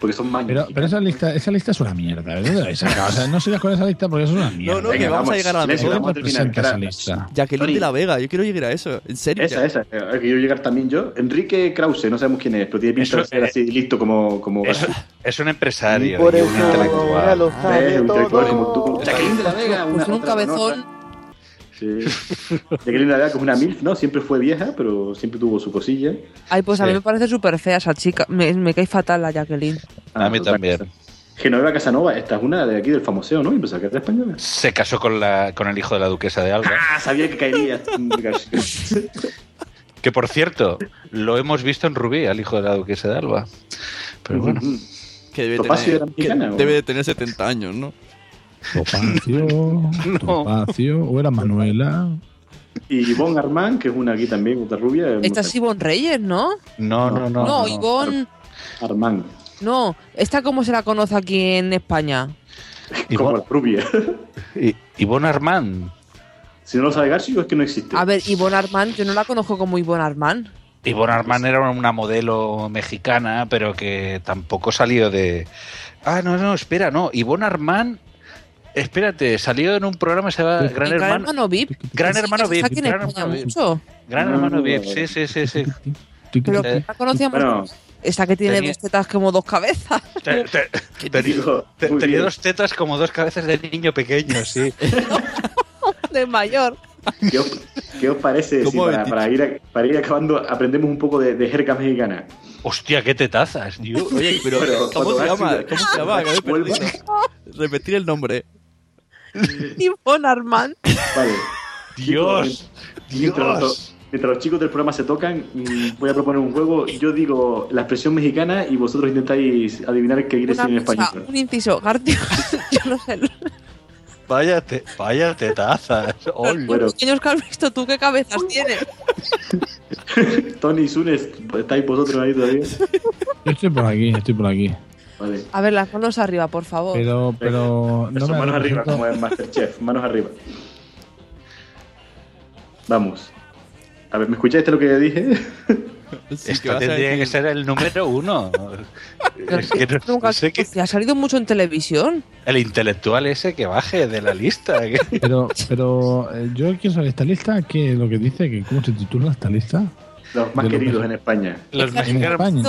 porque son maños.
Pero, pero esa lista, esa lista es una mierda. ¿De dónde la habéis sacado? O sea, no sigas con esa lista porque eso es una mierda.
No, no, que vamos, a llegar a la
¿Por qué
mejor.
representa esa lista?
Jacqueline
Tony.
de la Vega, yo quiero llegar a eso, en serio.
Esa, esa, a la que quiero llegar también yo. Enrique Krause, no sabemos quién es, pero tiene pinta
Eso,
de ser
eh,
así listo como. como
Es, es un empresario.
Y por
y un
eso ahora
intelectual.
lo sabe Eh, un intelectual todo. como tú. Jacqueline de la Vega,
Pues
una-
un
otra
cabezón.
Sí. Jacqueline la verdad que es una MILF, ¿no? Siempre fue vieja, pero siempre tuvo su cosilla.
Ay, pues a mí
Sí.
me parece súper fea esa chica. Me, me cae fatal la Jacqueline.
A mí también.
Genoveva Casanova, esta es una de aquí del famoseo, ¿no? Y pues pensaba que era española.
Se casó con, la, con el hijo de la duquesa de Alba.
Ah, sabía que caería.
Que por cierto, lo hemos visto en Rubí, al hijo de la duquesa de Alba. Pero bueno.
Que debe,
Topacio
tener,
era mexicana,
que
¿o?
debe de tener 70 años, ¿no?
Topacio, Topacio, o era Manuela.
y Yvonne Armand, que es una aquí también, otra rubia.
Esta es Ivonne Reyes, ¿no?
No, no, no.
No, Ivonne.
Armand.
No, ¿esta cómo se la conoce aquí en España?
Como la rubia.
Ivonne Armand.
Si no lo sabe Garcio, es que no existe.
A ver, Ivonne Armand, yo no la conozco como Ivonne Armand.
Ivonne Armand era una modelo mexicana, pero que tampoco salió de. Ah, no, no, espera, no. Ivonne Armand. Espérate, salió en un programa que se llama
¿Y
Gran Hermano.
VIP.
Gran
Sí,
Hermano
que está
VIP,
aquí en
Gran
España
Hermano VIP.
Ah,
mucho.
Gran Hermano VIP, sí, sí, sí. sí.
Pero
Eh,
la conocíamos.
bueno,
Esa que tiene
Tenía-
dos tetas como dos cabezas.
Te- te- tenía- te- tenía dos tetas como dos cabezas de niño pequeño, sí.
de mayor.
¿Qué os, qué os parece si
¿Cómo
para,
habéis
para ir, a- para ir acabando aprendemos un poco de, de jerga mexicana?
Hostia, qué tetazas, tío.
Oye, pero,
Pero,
¿cómo se
cuando
llama?
has-
¿Cómo se llama? Que me he perdido. Repetir el nombre.
Tifón Armand.
Vale.
Dios,
Mientras, los- mientras los chicos del programa se tocan, mm, voy a proponer un juego. Yo digo la expresión mexicana y vosotros intentáis adivinar qué quiere
Una
decir en
cosa,
español.
un inciso, García. Yo no sé.
Vaya, te- vaya tetazas. Ol.
Los pequeños que has visto tú, ¿qué cabezas tienes?
Tony Sunes, ¿estáis vosotros ahí todavía?
Yo estoy por aquí, estoy por aquí.
Vale.
A ver, las manos arriba, por favor.
Pero, pero.
Eso,
me
manos
represento-
arriba, como en Masterchef, manos arriba. Vamos. A ver, ¿me escuchaste lo que dije?
Esto tendría que ser el número uno. Es que no- no sé qué-
Hostia, ha salido mucho en televisión.
el intelectual ese que baje de la lista. que-
Pero, pero eh, yo quiero saber esta lista, ¿qué es lo que dice? que ¿Cómo se titula esta lista?
Los más
De lo
queridos
que-
en España.
Los
En España.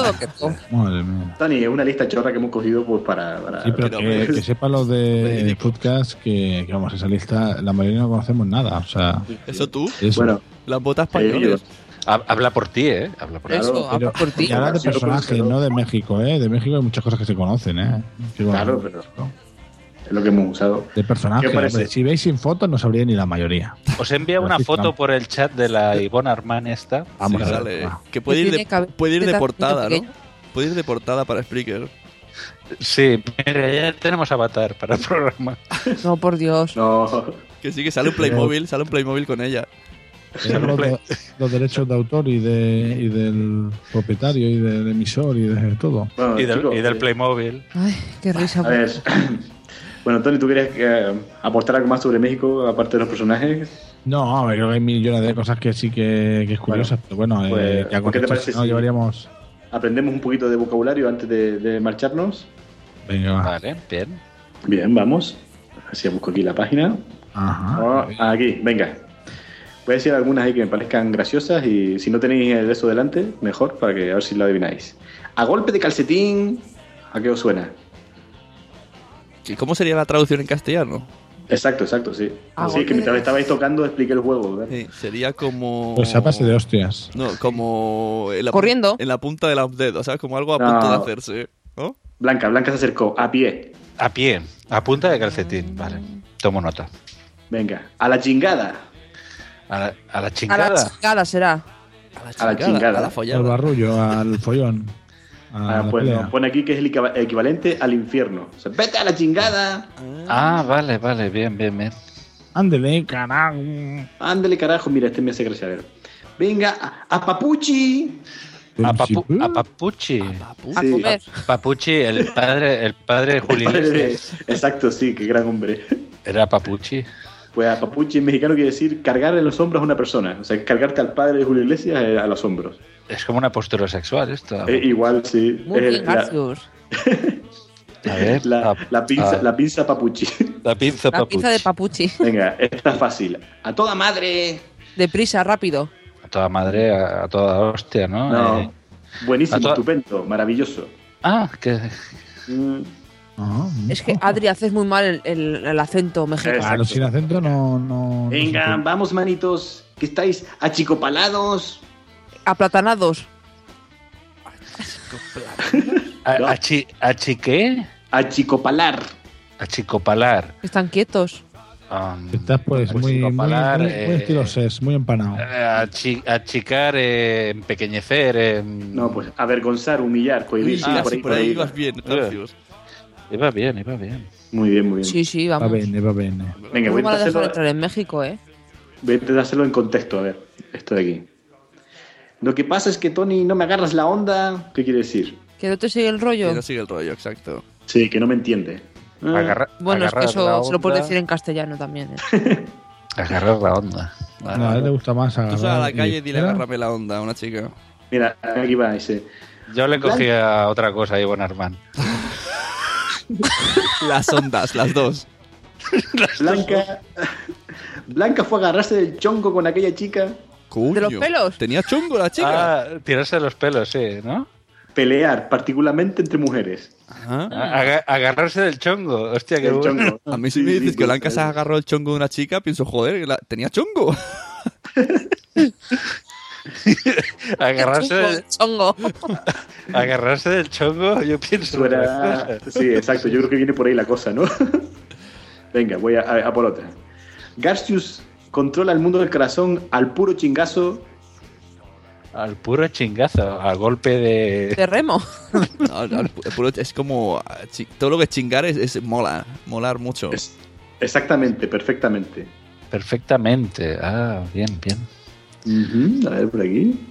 Madre mía.
Tony, es una lista chorra que hemos cogido pues para. para- pues,
Sí, pero que, que sepa los de, de podcast que, que, vamos, esa lista, la mayoría no conocemos nada. O sea,
¿Eso tú?
Eso. Bueno,
las botas
eh,
españolas.
Ha- Habla por ti, ¿eh? Habla por
Eso,
ti.
habla
por
y ahora de personajes, no de México, ¿eh? De México hay muchas cosas que se conocen, ¿eh? Que, bueno,
Claro, pero. Es lo que hemos usado.
De personajes,
¿Qué parece?
hombre, si veis sin fotos no sabría ni la mayoría.
Os he enviado una
Así
foto
estamos.
por el chat de la Ivonne Armán esta.
Vamos
Sí,
a ver,
sale.
va.
Que puede ir,
Tiene
de,
cabeza
puede ir
de
de portada, ¿no?
pequeño.
Puede ir de portada para Spreaker.
Sí, mira, ya tenemos avatar para el programa.
No, por Dios.
No.
Que sí, que sale un Playmobil, sale un Playmobil con ella.
Tenemos los, de- los derechos de autor y, de, y del propietario y del emisor y de todo.
Bueno,
Y del,
chicos,
y del
eh,
Playmobil.
Ay, qué risa.
A ver. Bueno, Tony, ¿tú querías eh, aportar algo más sobre México, aparte de los personajes?
No, a ver, creo que hay millones de cosas que sí que, que es curiosa, pero bueno, eh,
pues,
ya con
¿qué te
esto,
parece
si no,
si-
llevaríamos...
Aprendemos un poquito de vocabulario antes de, de marcharnos.
Venga, va.
Vale, bien.
Bien, vamos. Así busco aquí la página.
Ajá.
Ah, aquí, venga. Voy a decir algunas ahí que me parezcan graciosas y si no tenéis el eso delante, mejor para que a ver si lo adivináis. A golpe de calcetín, ¿a qué os suena?
¿Y cómo sería la traducción en castellano?
Exacto, exacto, sí.
A
sí,
golpe
que
de
mientras estabais tocando expliqué el juego. ¿verdad?
Sería como.
Pues a base de hostias.
No, como. en la pu-
Corriendo.
En la punta de los dedos, ¿sabes? Como algo a
No.
punto de hacerse. ¿no?
Blanca, Blanca se acercó, a pie.
A pie, a punta de calcetín. Vale, tomo nota.
Venga, a la chingada.
A la, a la
A la
chingada.
chingada será.
A la chingada.
Al barrullo, al follón. A
Ah,
la
pues
pelea.
nos pone aquí que es el equiva- equivalente al infierno. O sea, vete a la chingada.
Ah, vale, vale, bien, bien, bien.
Ándele, carajo.
Ándale, carajo, mira, este me hace gracia. A ver. Venga, a- a papuchi.
A, Papu- a Papuchi.
pues.
A Sí. comer.
Pa- Papuchi, el padre, el padre de Juli Iglesias.
Exacto, sí, qué gran hombre.
Era Papuchi.
Pues a papuchi en mexicano quiere decir cargar en los hombros a una persona. O sea, cargarte al padre de Julio Iglesias eh, a los hombros.
Es como una postura sexual esto.
Eh, igual, sí.
Muy
Es el-
bien,
la,
Garcius.
A ver,
la- la pinza,
ah.
la pinza papuchi.
La pinza
La pizza de papuchi.
Venga, esta es fácil. A toda madre.
Deprisa, rápido.
A toda madre, a, a toda hostia, ¿no?
No.
Eh,
Buenísimo,
A toda-
estupendo, maravilloso.
ah, que.
Mm,
Es que Adri haces muy mal el, el- el acento mexicano.
Claro, sin acento no. no
Venga, vamos, manitos, que estáis achicopalados.
Aplatanados.
A, achi- achi- qué?
Achicopalar.
Achicopalar.
Están quietos.
Mm,
Am,
Estás pues muy, muy,
palar,
muy,
eh,
muy estilo ses, muy empanado.
achi- achicar, eh, empequeñecer. em-
No, pues avergonzar, humillar, cohibir. sí,
Ah,
por
sí,
ahí,
por
por
ahí
ahí.
ibas bien, Tarcius.
Iba bien, iba bien.
Muy bien, muy bien.
Sí, sí,
Va
vamos.
bene, va bene.
Venga, voy
Muy
a
mal dejar
hacerlo-
entrar en México, ¿eh?
Voy a intentar hacerlo en contexto, a ver, esto de aquí. Lo que pasa es que Tony, no me agarras la onda. ¿Qué quiere decir?
Que no te sigue el rollo.
Que no sigue el rollo, exacto.
Sí, que no me entiende. Ah,
Bueno, es que eso se lo puedes
onda.
decir en castellano también. ¿eh?
Agarrar la onda.
No, a él le gusta más
Ah,
Tú sal a
agarrar.
la calle y dile
¿Era?
agárrame la onda a una chica.
Mira, aquí va, dice.
Yo le cogía otra cosa a Ivonne Armán.
Las ondas, las dos.
Blanca, Blanca fue a agarrarse del chonco con aquella chica.
Coño.
los pelos?
Tenía chungo la chica.
Ah, tirarse los pelos, sí, ¿no?
pelear, particularmente entre mujeres.
Aga- agarrarse del chongo. Hostia, qué
Del
bueno.
chongo.
¿Ah? A mí si me dices que Blanca se agarró el chongo de una chica, pienso, joder, la- tenía chongo.
Agarrarse del,
Chongo.
agarrarse del chongo, yo pienso.
Eso era-
otras cosas.
Sí, exacto. Yo creo que viene por ahí la cosa, ¿no? Venga, voy a, a- a por otra. Garcius controla el mundo del corazón al puro chingazo.
Al puro chingazo, ah, a golpe de.
De remo.
No, no, el pu- el puro- es como. ah, chi- Todo lo que es chingar es, es mola, molar mucho.
Exactamente, perfectamente.
Perfectamente. Ah, bien, bien.
Ujú, a ver por aquí.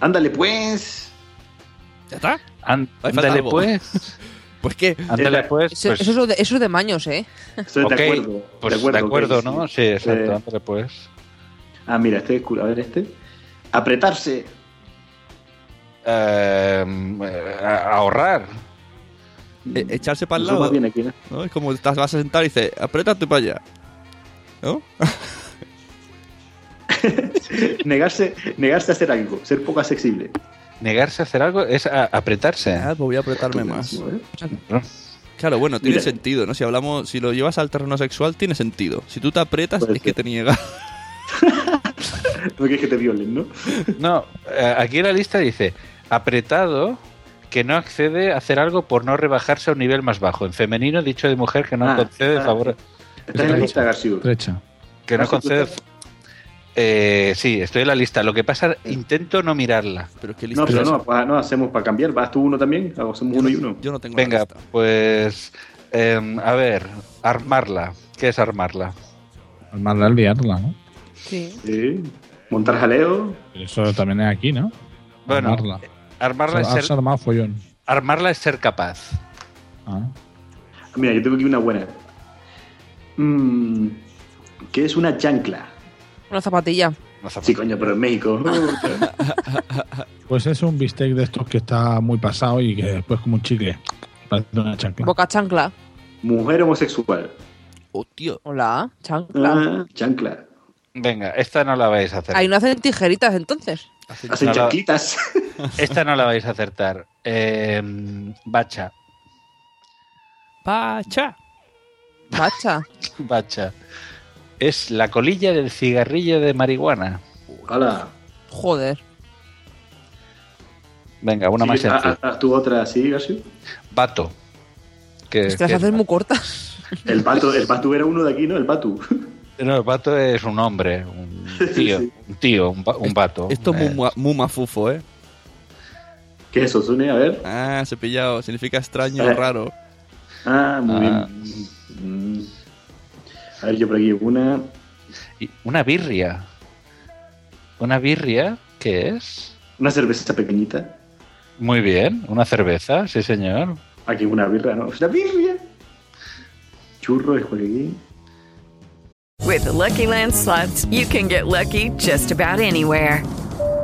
Ándale pues.
¿Ya está?
An-
Ahí falta
Ándale
algo.
pues.
Pues qué.
Ándale pues.
Eso,
pues,
eso es lo de, eso es de maños, ¿eh?
Estoy
ok,
de acuerdo.
pues, de acuerdo,
ok,
¿no?
sí.
Sí, exacto.
Eh,
Ándale pues.
ah, mira, este es cool. A ver, este. Apretarse.
Eh, a- ahorrar.
E- echarse para el
Nosotros
lado.
bien aquí, ¿no?
¿no? Es como estás, vas a sentar y dices, apriétate para allá. ¿No?
negarse, negarse a hacer algo, ser poco accesible.
Negarse a hacer algo es a- apretarse.
Ah, pues voy a apretarme más.
¿eh?
¿no?
Claro, bueno, tiene
Mira.
sentido, ¿no? Si hablamos, si lo llevas al terreno sexual, tiene sentido. Si tú te aprietas, es que te niegas.
No quieres que te violen, ¿no?
No, eh, aquí la lista dice apretado que no accede a hacer algo por no rebajarse a un nivel más bajo. En femenino, dicho de mujer que no
Ah,
concede
ah,
favor.
Está en la lista, Garcius.
Trecha.
Que no
Garcius, ¿tú
concede.
estás?
Eh, sí, estoy en la lista. Lo que pasa, intento no mirarla.
Pero qué
No,
listo.
pero
es.
no, pa- no hacemos para cambiar. ¿Vas tú uno también? Hacemos uno y uno.
Yo no tengo la
Venga,
lista.
pues. em, a ver, armarla. ¿Qué es armarla?
Al mandar liarla, ¿no?
Sí.
Sí. Montar jaleo.
Pero eso también es aquí, ¿no?
Bueno,
Armarla. ah,
Armarla es
Has
ser,
armado follón.
armarla es ser capaz.
Ah.
Mira, yo tengo aquí una buena. Mm, ¿Qué es una chancla?
Una zapatilla.
Sí, coño, pero en México.
Pues es un bistec de estos que está muy pasado y que después como un chicle. Parece una chancla.
Boca chancla.
Mujer homosexual.
Oh, tío.
Hola, chancla.
Ah, chancla.
Venga, esta no la vais a hacer.
Ahí no hacen tijeritas entonces.
Hacen
Nada.
chanclitas.
Esta no la vais a acertar. Em, bacha.
Pacha.
Macha.
Bacha. Es la colilla del cigarrillo de marihuana.
Hola.
Joder.
Venga,
Sí,
una
ah,
más
haz-
sencilla.
haz tú otra así, Garcius?
Bato. Que,
Te las
que-
haces muy cortas.
El pato, el pato era uno de aquí, ¿no? El pato.
no, el bato es un hombre, un tío, un tío, un, ba- un bato.
Esto
Eh,
es muy, muy mafufo, ¿eh?
¿Qué es eso, Sune? A ver.
Ah, cepillado. Significa extraño,
Eh.
raro.
Ah, muy
Ah.
bien. Mm. A ver, yo por aquí una.
y una birria. ¿Una birria? ¿Qué es?
Una cerveza pequeñita.
Muy bien, una cerveza, sí señor.
Aquí una birra, ¿no? ¡Una birria! Churro, es por aquí.
With the Lucky Land slots, you can get lucky just about anywhere.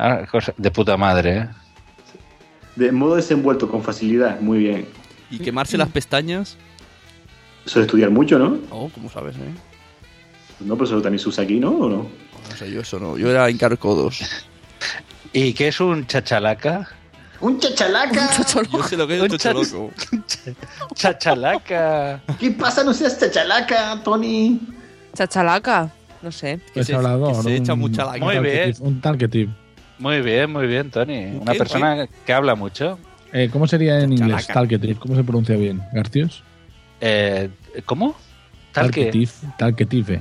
Ah, cosa de puta madre, ¿eh?
De modo desenvuelto, con facilidad. Muy bien.
Y quemarse
Mm.
las pestañas.
Eso de estudiar mucho, ¿no?
Oh, ¿cómo sabes, eh?
No, pero eso también se usa aquí, ¿no? ¿O no?
No sé, yo eso no. Yo era encarcodos.
¿Y qué es un chachalaca?
¡Un chachalaca!
Yo sé lo que es un
Un chas-
chocholoco.
Chachalaca.
¿Qué pasa? No seas chachalaca, Tony.
Chachalaca. No sé.
Que
Es
se-
hablador,
que se echa
un-
mucha
un
laca.
Muy
targetive-
bien.
Un targetive.
Muy bien, muy bien, Tony. Una
¿Qué?
persona que habla mucho.
Eh, ¿Cómo sería en inglés?
Chalaca.
Talkative. ¿Cómo se pronuncia bien? ¿Garcios?
Eh, ¿Cómo? Tal que.
Talkative. Talkative.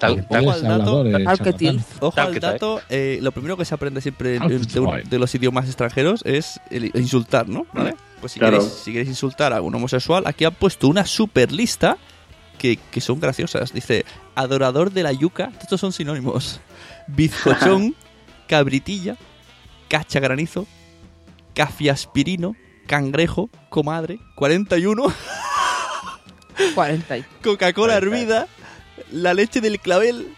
Tal, tal-
Eres
Ojo al dato,
hablador, eres
Talkative.
charlatán.
Ojo al
Talk it,
dato, eh, lo primero que se aprende siempre
Talk
de,
it,
de un-
boy.
de los idiomas extranjeros es el insultar, ¿no? ¿Vale? Pues si,
Claro.
queréis, si queréis insultar a un homosexual, aquí han puesto una super lista que, que son graciosas. Dice, adorador de la yuca, estos son sinónimos. Bizcochón, cabritilla, cacha granizo, Cafiaspirino, Cangrejo, Comadre, 41,
40.
Coca-Cola hervida, la leche del clavel,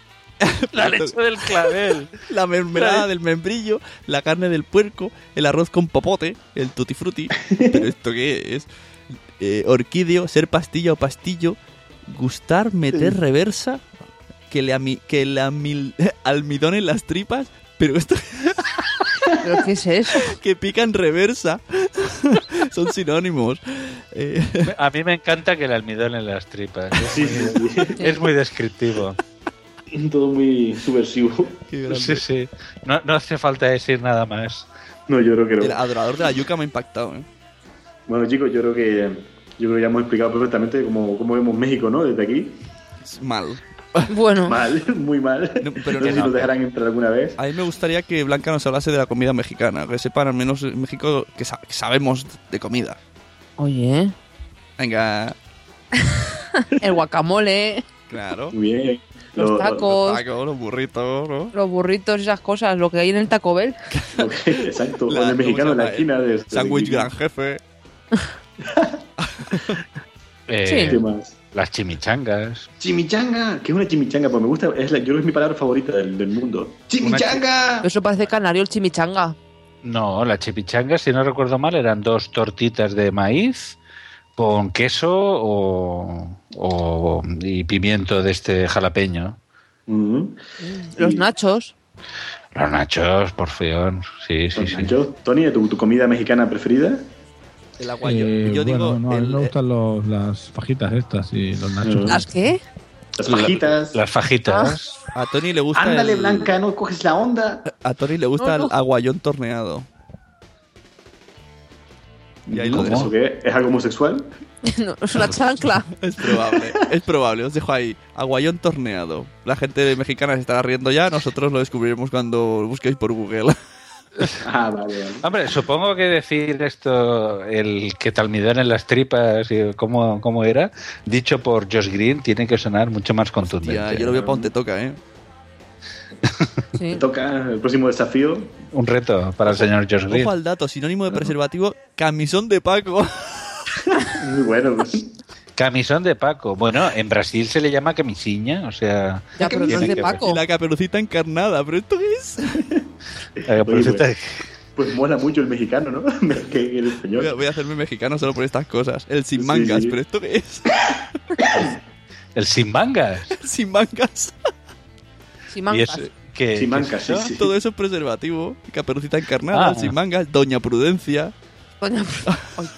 La leche del clavel.
la mermelada del membrillo, la carne del puerco, el arroz con popote, el tutti frutti. ¿Pero esto qué es? Eh, orquídeo, ser pastilla o pastillo, gustar, meter
Sí.
reversa, que le, ami- que le amil- almidón en las tripas. Pero esto.
¿Pero qué es eso?
Que pican reversa. Son sinónimos. Eh,
A mí me encanta que el almidón en las tripas. Es, muy, es muy descriptivo.
Todo muy subversivo.
Sí, sí. No, no hace falta decir nada más.
No, yo creo que no.
el adorador de la yuca me ha impactado. ¿eh?
Bueno, chicos, yo creo que yo creo que ya hemos explicado perfectamente cómo, cómo vemos México, ¿no? Desde aquí.
Mal.
Bueno.
Mal, muy mal.
pero
no sé
Ah, no,
si nos
no.
dejarán entrar alguna vez.
A mí me gustaría que Blanca nos hablase de la comida mexicana, que sepan al menos en México que, sa- que sabemos de comida.
Oye.
Venga,
El guacamole,
claro.
Muy bien.
Los Los- tacos.
Los tacos, los burritos, ¿no?
los burritos, esas cosas, lo que hay en el Taco Bell.
Exacto,
La-
con el mexicano
¿cómo se
en la esquina
llama?
de este
Sándwich
de-
gran jefe.
Eh,
¿Qué más?
Las chimichangas.
Chimichanga, ¿qué es una chimichanga? Pues me gusta, es la, yo creo que es mi palabra favorita del, del mundo.
Pero Eso parece canario el chimichanga.
No, las chimichangas, si no recuerdo mal, eran dos tortitas de maíz con queso o, o- y pimiento de este jalapeño.
Mm. Los nachos.
Los nachos, por fión. Sí, sí, sí.
Yo, Tony, ¿tu, tu comida mexicana preferida?
El
Eh, bueno,
yo digo
no, a mí
el-
me gustan los- las fajitas estas y los nachos.
¿Las qué?
Las fajitas.
Las fajitas.
A Tony le gusta.
Ándale,
el-
Blanca, no coges la onda.
A Tony le gusta
No, no.
el aguayón torneado. Y ahí lo
¿Cómo?
dejo.
¿Eso qué? ¿Es algo homosexual?
No, es una chancla.
Es probable, es probable. Os dejo ahí. Aguayón torneado. La gente mexicana se estará riendo ya. Nosotros lo descubriremos cuando busquéis por Google.
Ah, vale, vale.
Hombre, supongo que decir esto, el que te almidón en las tripas, y cómo, cómo era, dicho por Josh Green, tiene que sonar mucho más contundente.
Ya, yo lo veo para donde toca, ¿eh?
Te toca el próximo desafío.
Un reto para el señor Josh Green.
Ojo al dato, sinónimo de preservativo, camisón de Paco.
Muy bueno.
pues.
Camisón de Paco. Bueno, en Brasil se le llama camisiña, o sea... tiene que ver.
Y la caperucita encarnada, pero esto qué es.
La caperucita-
Oye, Pues mola mucho el mexicano, ¿no? que que el español.
Voy a, voy a hacerme mexicano solo por estas cosas. El sin
Sí,
mangas,
sí.
pero esto qué es.
El sin mangas.
sin mangas.
Sin
Y es- ¿qué- Sin qué mangas, es eso? sí, sí.
Todo eso es preservativo. Caperucita encarnada,
Ah.
sin mangas, Doña Prudencia.
Doña Pru- Ay.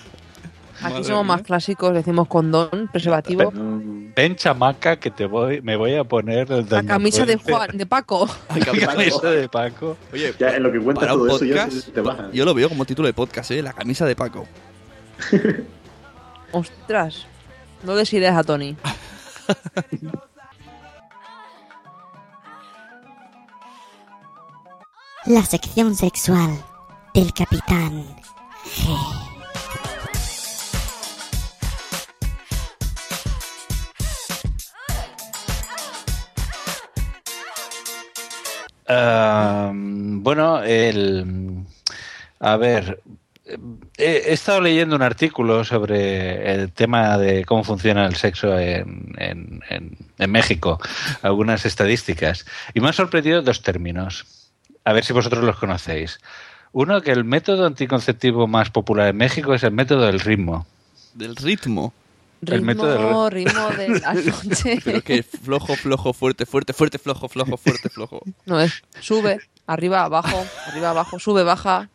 Aquí
Madre
somos más clásicos, decimos condón, preservativo.
Ven, chamaca, que te voy, me voy a poner...
La camisa de Juan, de Paco.
Paco.
camisa de Paco.
Oye,
Ya en lo que cuenta
para un
todo eso ya
podcast,
se- te baja.
yo lo veo como título de podcast, ¿eh? La camisa de Paco.
Ostras. No des ideas a Tony.
La sección sexual del Capitán G.
Ah, bueno, el. A ver. eh, He estado leyendo un artículo sobre el tema de cómo funciona el sexo en, en- en- en México, algunas estadísticas, y me han sorprendido dos términos. A ver si vosotros los conocéis. Uno, que el método anticonceptivo más popular en México es el método del ritmo.
Del ritmo.
El método del-
ritmo de la noche.
Pero que flojo, flojo, fuerte, fuerte, fuerte, flojo, flojo, fuerte, flojo.
No es. Sube, arriba, abajo, arriba, abajo, sube, baja.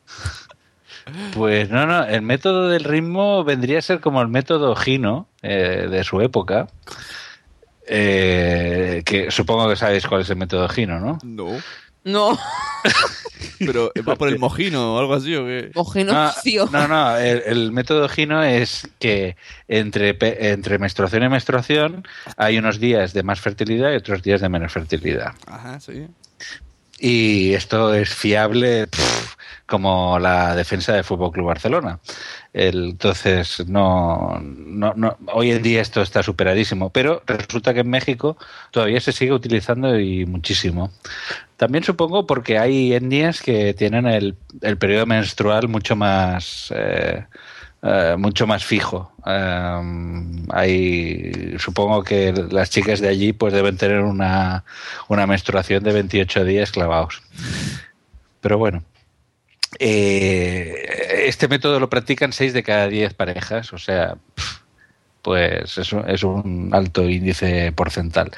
Pues no, no, el método del ritmo vendría a ser como el método Gino eh, de su época. Eh, que supongo que sabéis cuál es el método Gino, ¿no?
No.
No.
Pero eh, va por el mojino o algo así, ¿o qué?
Mojino,
Ah,
tío.
no, no, el, el método Gino es que entre, pe- entre menstruación y menstruación hay unos días de más fertilidad y otros días de menos fertilidad.
Ajá, sí.
Y esto es fiable pff, como la defensa del Fútbol Club Barcelona. El- entonces, no, no, no- hoy en día esto está superadísimo, pero resulta que en México todavía se sigue utilizando y muchísimo. También supongo porque hay etnias que tienen el, el periodo menstrual mucho más. eh, eh, mucho más fijo. Em, hay, supongo que las chicas de allí pues deben tener una, una menstruación de 28 días clavados. Pero bueno, eh, este método lo practican 6 de cada 10 parejas, o sea, pf, pues es un, es un alto índice porcental.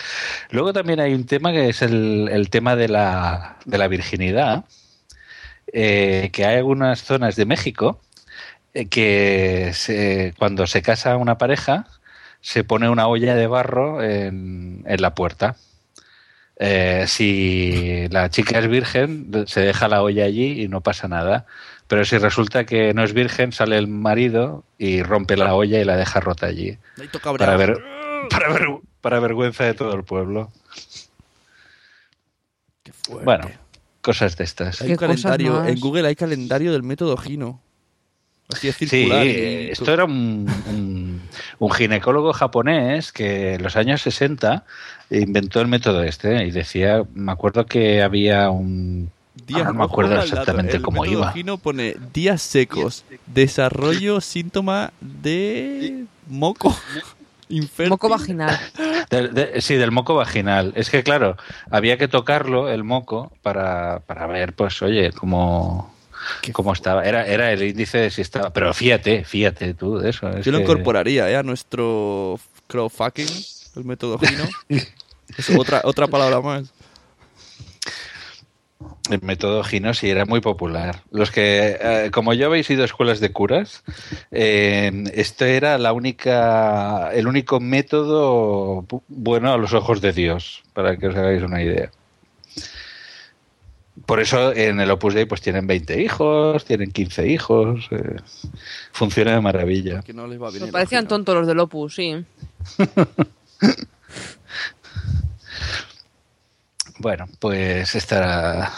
Luego también hay un tema que es el, el tema de la, de la virginidad, eh, que hay algunas zonas de México eh, que se- cuando se casa una pareja se pone una olla de barro en, en la puerta. Eh, si la chica es virgen, se deja la olla allí y no pasa nada. Pero si resulta que no es virgen, sale el marido y rompe la olla y la deja rota allí.
Necesito cabrear.
Para, ver, para, ver- para vergüenza de todo el pueblo. Bueno, cosas de estas.
Hay un calendario. En Google hay calendario del método Gino. Así es circular.
Sí,
y-
eh, esto era un, un- un ginecólogo japonés que en los años 60 inventó el método este y decía, me acuerdo que había un...
Día
ahora Ah, no me
rojo
acuerdo
al lado.
exactamente
El
cómo
método
iba.
Gino pone días secos, desarrollo síntoma de moco. Infértil.
Moco vaginal.
Del- de- sí, del moco vaginal. Es que claro, había que tocarlo, el moco, para, para ver, pues, oye, cómo... ¿Cómo estaba? Era, era el índice de si estaba. Pero fíjate, fíjate tú de eso. es
Yo lo
que-
incorporaría ¿eh? a nuestro crowdfucking, el método Gino. Es otra, otra palabra más.
El método Gino sí era muy popular. Los que, eh, como yo habéis ido a escuelas de curas, eh, este era la única, el único método bu- bueno a los ojos de Dios, para que os hagáis una idea. Por eso en el Opus Dei pues tienen 20 hijos, tienen 15 hijos, eh, funciona de maravilla.
Que no les va bien.
Nos parecían tontos los del Opus, sí.
Bueno, pues esta era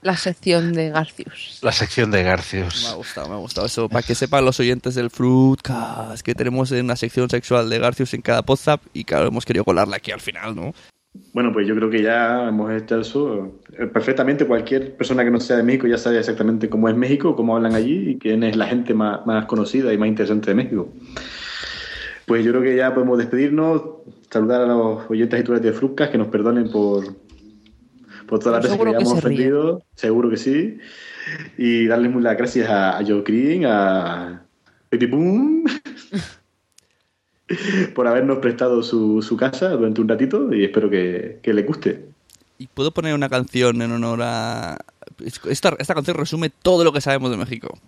La sección de Garcius.
la sección de Garcius.
Me ha gustado, me ha gustado eso. Para que sepan los oyentes del Fruitcast que tenemos en la sección sexual de Garcius en cada WhatsApp y claro, hemos querido colarla aquí al final, ¿no?
Bueno, pues yo creo que ya hemos extenso eh, perfectamente. Cualquier persona que no sea de México ya sabe exactamente cómo es México, cómo hablan allí y quién es la gente más, más conocida y más interesante de México. Pues yo creo que ya podemos despedirnos, saludar a los oyentes titulares de Frucas, que nos perdonen por, por todas las veces que
Seguro que
hayamos
se ríen.
ofendido, seguro que sí. Y darles las gracias a, a Joe Green, a Baby Boom, por habernos prestado su, su casa durante un ratito y espero que, que les guste.
Y puedo poner una canción en honor a. Esta, esta canción resume todo lo que sabemos de México.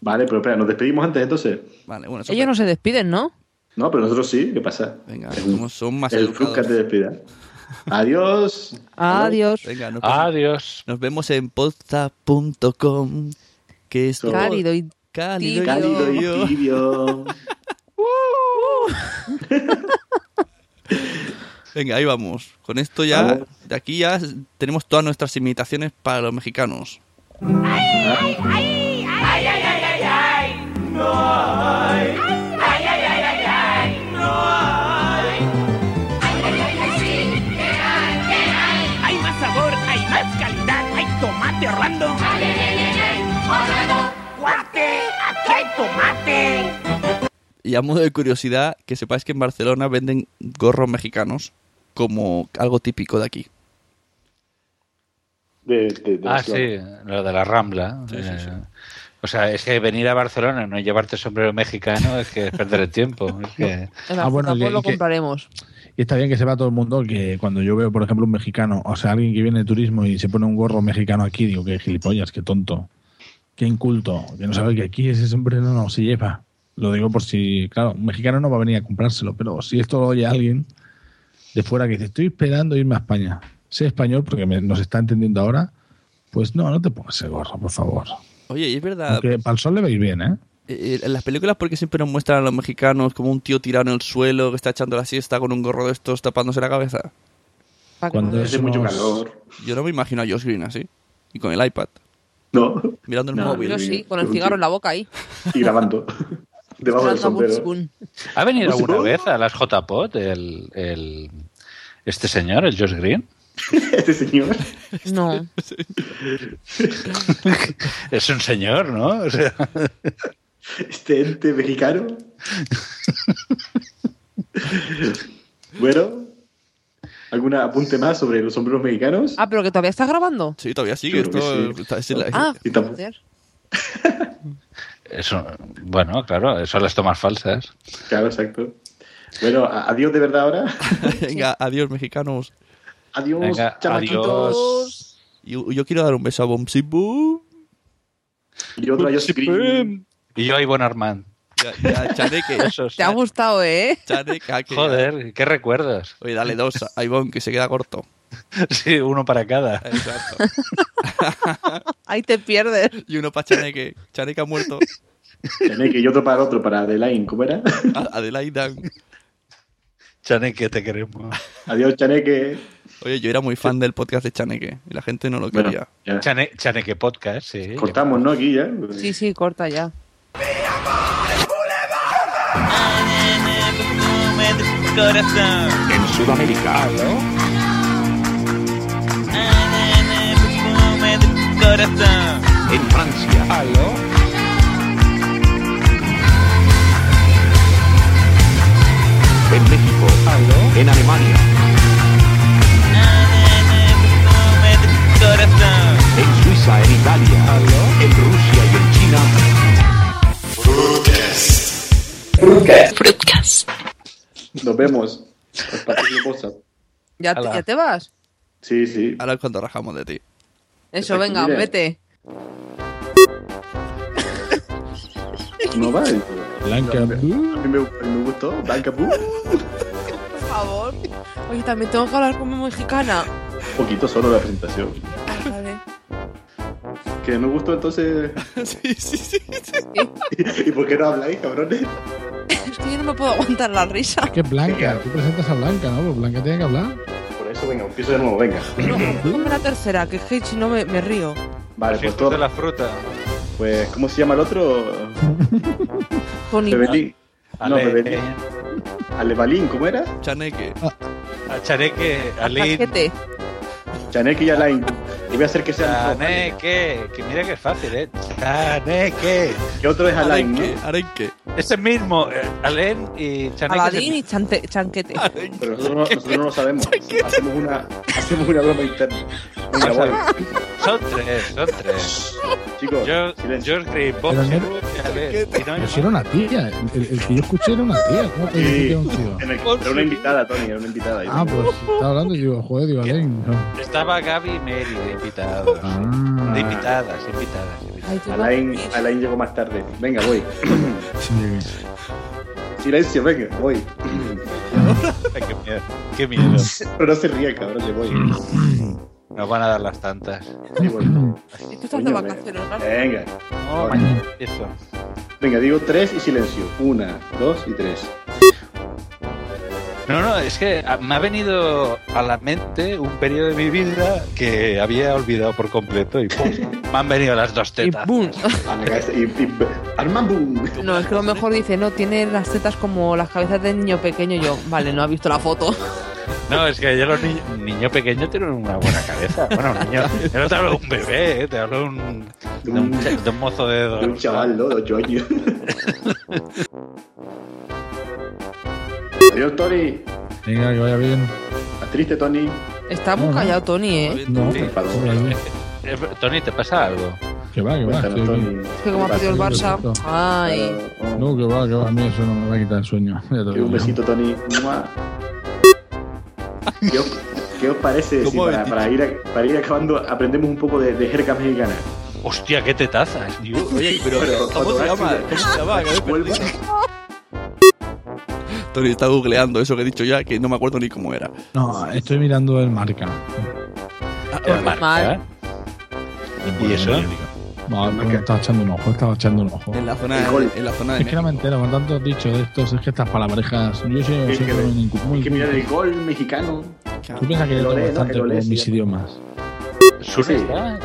Vale, pero espera, nos despedimos antes entonces.
Vale, bueno, eso-
Ellos no se despiden, ¿no?
No, pero nosotros sí, ¿qué pasa?
Venga,
son
más
El
educados.
Frucas te despida. Adiós. Ah.
Adiós.
Venga, nos vemos.
Adiós.
Nos vemos en podza.com. Que es
Cálido y
Cálido y
tibio.
tibio. Venga, ahí vamos. Con esto ya, de aquí ya tenemos todas nuestras imitaciones para los mexicanos.
Hay más sabor, hay más calidad, hay tomate Orlando. Ay, ay, ay, ay, ay, Orlando. Guate, aquí hay tomate.
Y a modo de curiosidad, que sepáis que en Barcelona venden gorros mexicanos como algo típico de aquí.
De, de- de
Ah, sí,
Barcelona.
lo de la Rambla. Eh, O sea, es que venir a Barcelona y no llevarte sombrero mexicano es que es perder el tiempo. Es que...
En la
Ah, bueno,
Fruta
y-
Pop lo
y que-
compraremos.
Y está bien que sepa todo el mundo que cuando yo veo, por ejemplo, un mexicano, o sea, alguien que viene de turismo y se pone un gorro mexicano aquí, digo, qué gilipollas, qué tonto, qué inculto, que no sabe que aquí ese sombrero no se lleva. Lo digo por si, claro, un mexicano no va a venir a comprárselo, pero si esto lo oye alguien de fuera que dice, estoy esperando irme a España, sé español porque me- nos está entendiendo ahora, pues no, no te pongas ese gorro, por favor.
Oye, y es verdad,
Porque para el sol le veis bien, ¿eh?
eh, en las películas porque siempre nos muestran a los mexicanos como un tío tirado en el suelo que está echando la siesta con un gorro de estos tapándose la cabeza.
Cuando
Hace mucho
somos-
calor. Yo no me imagino a Josh Green así. Y con el iPad.
No.
Mirando el
No,
móvil.
yo sí, con el cigarro en la boca ahí.
Y grabando. Debajo del
Dando
sombrero.
Bullspoon.
¿Ha venido
Pues
alguna
supongo-
vez a las JPOT el, el, este señor, el Josh Green?
Este señor.
No.
Es un señor, ¿no? O sea,
Este ente mexicano. bueno, ¿algún apunte más sobre los sombreros mexicanos?
Ah, pero que todavía estás grabando.
Sí, todavía sigue.
Yo creo
esto-
que sí.
está- es la-
Ah,
Y tampoco-
joder.
eso, bueno, claro, son las tomas falsas.
Claro, exacto. Bueno, a- adiós de verdad ahora.
Venga, adiós, mexicanos.
Adiós, chamaquitos.
Yo, yo quiero dar un beso a Bomsi Boom.
Y otro a Josh Green.
Y yo a Ivonne Armand.
Ya, Chaneque. ah,
Te ha gustado, ¿eh?
Joder, qué recuerdos.
Oye, dale dos a Ivonne, que se queda corto.
Sí, uno para cada.
Exacto.
Ahí te pierdes.
Y uno para Chaneque. Chaneque ha muerto.
Chaneque y otro para el otro, para Adelaine, ¿cómo era?
A- Adelaida.
Chaneque, te queremos.
Adiós, Chaneque.
Oye, yo era muy fan del podcast de Chaneque. Y la gente no lo
Bueno,
quería.
Chane, Chaneque Podcast, sí.
Cortamos, ¿no? Aquí ya.
Sí, sí, corta ya.
En Sudamérica. En Francia. En México. En Alemania. En Suiza, en Italia. En Rusia y en China.
Fruitcast.
Nos vemos. Hasta la próxima cosa.
¿Ya te,
Ala.
ya te vas?
Sí, sí.
Ahora es cuando rajamos de ti.
Eso, venga,
mira.
vete.
Ah, No va.
Blanca.
A mí me, me gustó. Blanca Boo.
Por favor. Oye, también tengo que hablar con mi mexicana.
Un poquito solo la presentación.
Ah, vale.
Que no gustó entonces.
sí, sí, sí.
¿Y por qué no habláis, cabrones?
Es que yo no me puedo aguantar la risa.
Que Blanca, tú presentas a Blanca, ¿no? Pues Blanca tiene que hablar.
Por eso, venga, empiezo de nuevo, venga.
Ponme la tercera, que es que si no me, me río.
Vale, pues todo.
la fruta.
Pues, ¿cómo se llama el otro?
Tony.
Bebelín. No,
Ale-
Bebelín. Alebalín, ¿cómo era?
Chaneque.
A Chaneque, Alin.
Cajete.
Chaneque y Alain. Y voy a hacer que sea.
Chaneque, que mira que es fácil, ¿eh? Chaneque.
Y otro es Alain, ¿no?
Arenque. Arenque.
Ese mismo, eh, Alain y Chaneque. es el
Aladín y chante- chanquete.
Pero nosotros no, nosotros no lo sabemos. Hacemos una, hacemos una broma interna. Venga, voy.
Son tres, son tres.
Chicos,
yo, George Green, Bob
Pero no-
Seru y Ale. Y no hay
Pero si era una tía, el, el- el que yo escuché era una tía. ¿Cómo te
Sí,
dije que era un tío?
en el- era una invitada, Tony, era una invitada.
Ah, pues si estaba hablando y digo, joder, digo, Alain. no.
más. Estaba Gaby y Mary de invitados.
Ah.
De invitadas, invitadas.
Alain, Alain llegó más tarde. Venga, voy. Silencio, venga, voy.
Ay, qué miedo. Qué miedo.
Pero no se ríe, cabrón, que voy.
Nos van a dar las tantas.
Sí, bueno.
Tú estás de
Coño,
vacaciones, ¿no?
Venga.
No, mañana empiezo.
Venga, digo tres y silencio. Una, dos y tres.
No, no, es que a- me ha venido a la mente un periodo de mi vida que había olvidado por completo y ¡pum! me han venido las dos tetas.
¡Bum!
Y, y- Arman boom.
No, es que lo mejor dice, no, tiene las tetas como las cabezas de niño pequeño. Yo, vale, no ha visto la foto.
No, es que ya los ni- niños pequeños tienen una buena cabeza. Bueno, un niño, yo no te hablo de un bebé, eh, te hablo de un, de un, de un mozo de dos.
Un chaval, ¿no? De ocho años. Adiós, Tony.
Venga, que vaya bien.
Estás triste, Tony.
Está muy callado, Tony, ¿eh?
No,
Sí.
enfadó.
Eh, Tony, ¿te pasa algo?
que va, que va.
Cuéntanos,
estoy aquí.
Tony.
Es que como ha perdido el Barça. Ay.
No, que va, que va. A mí eso no me va a quitar el sueño. Ya te lo
Y Eh, un
digo.
besito, Tony. ¡Mua! ¿Qué os, qué os parece? si
¿Cómo
para,
habéis
para ir a- para ir acabando, aprendemos un poco de, de jerga mexicana.
Hostia, qué tetazas, tío.
Oye, pero, ¿cómo se llama? ¿Cómo se llama? Que me he perdido. Tony está googleando eso que he dicho ya, que no me acuerdo ni cómo era.
No, estoy mirando el marca.
El marca. ¿Y eso?
No, pues, estaba echando un ojo, estaba echando un ojo.
En la zona de, en la zona de
Es que no me entero, con tanto dicho de estos, es que estas palabrejas. Yo sé,
Es que
siempre
de-
me incu- muy
Hay que mirar el gol mexicano. Tú piensas que yo
Lo
tengo
lee, ¿no?
bastante
Que lo
con
lee,
mis
sí.
idiomas.
Sí.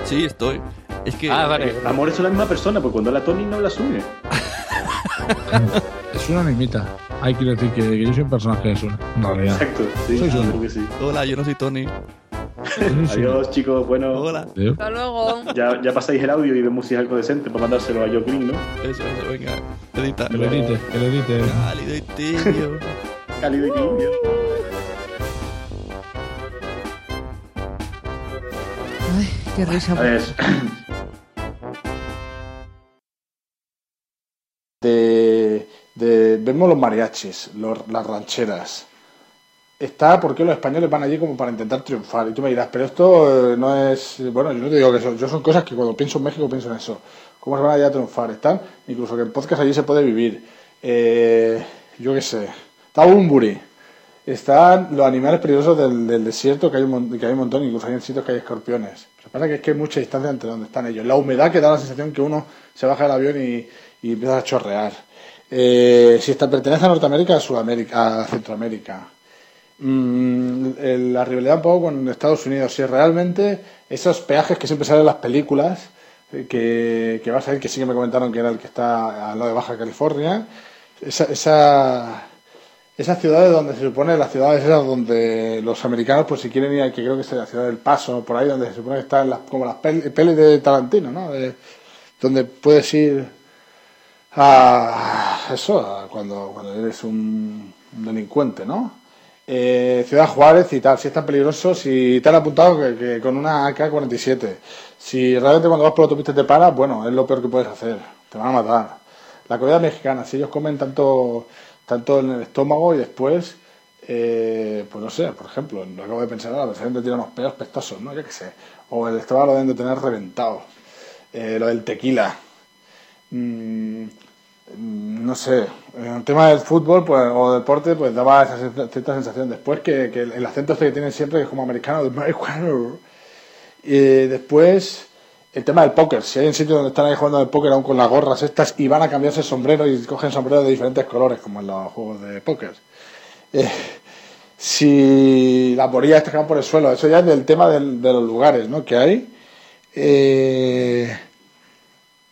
Sí, estoy. Es que.
Ah,
Eh, Amor es la misma persona, porque cuando habla Tony no la sube.
Es una nimita. Hay que decir que, que yo soy un personaje de Sune, en realidad.
Exacto, sí,
Soy Sune.
supongo que sí.
Hola, yo no soy Tony.
Adiós, chicos, bueno. Hola.
Hasta luego.
Ya, ya pasáis el audio y vemos si es algo decente para mandárselo a Joe Green, ¿no?
Eso, eso, venga. Edita.
Que lo edite, que lo edite.
Cálido y tibio.
Cálido y tibio.
Ay, qué risa.
A ver. De, de- vemos los mariachis, los- las rancheras. Está porque los españoles van allí como para intentar triunfar. Y tú me dirás, pero esto eh, no es. Bueno, yo no te digo que eso. Yo son cosas que cuando pienso en México pienso en eso. ¿Cómo se van allá a triunfar? Están, incluso que en podcast allí se puede vivir. Eh, yo qué sé. Está Bumburi. Están los animales peligrosos del, del desierto, que hay, un, mon- que hay un montón, incluso hay en sitios que hay escorpiones. Lo que pasa es que hay mucha distancia entre donde están ellos. La humedad que da la sensación que uno se baja del avión y, y empieza a chorrear. Eh, si está, pertenece a Norteamérica, a Sudamérica, a Centroamérica. Mm, el- la rivalidad un poco con Estados Unidos. Si realmente esos peajes que siempre salen en las películas, eh, que, que vas a ver, que sí que me comentaron que era el que está al lado de Baja California, esa, esa, esas ciudades donde se supone, las ciudades esas donde los americanos, pues si quieren ir, a- que creo que es la ciudad del Paso, por ahí donde se supone que están las, como las pel- pelis de Tarantino, ¿no? De- donde puedes ir a eso, a cuando, cuando eres un, un delincuente, ¿no? Eh, Ciudad Juárez y tal, si es tan peligroso, si te han apuntado que, que con una AK-47, si realmente cuando vas por la autopista te paras, bueno, es lo peor que puedes hacer, te van a matar. La comida mexicana, si ellos comen tanto, tanto en el estómago y después, eh, pues no sé, por ejemplo, lo acabo de pensar ahora, presidente tiene unos pedos pestosos, ¿no? Yo qué sé, o el estómago lo deben de tener reventado, Eh, lo del tequila. Mm, no sé, en el tema del fútbol pues, o deporte, pues daba esa sen- cierta sensación. Después que, que el- el acento este que tienen siempre, que es como americano, de marihuana. Y después, el tema del póker. Si hay un sitio donde están ahí jugando al póker aún con las gorras estas y van a cambiarse el sombrero y cogen sombreros de diferentes colores, como en los juegos de póker. Eh, si las borillas estas que van por el suelo, eso ya es del tema del- de los lugares ¿no? que hay. Eh,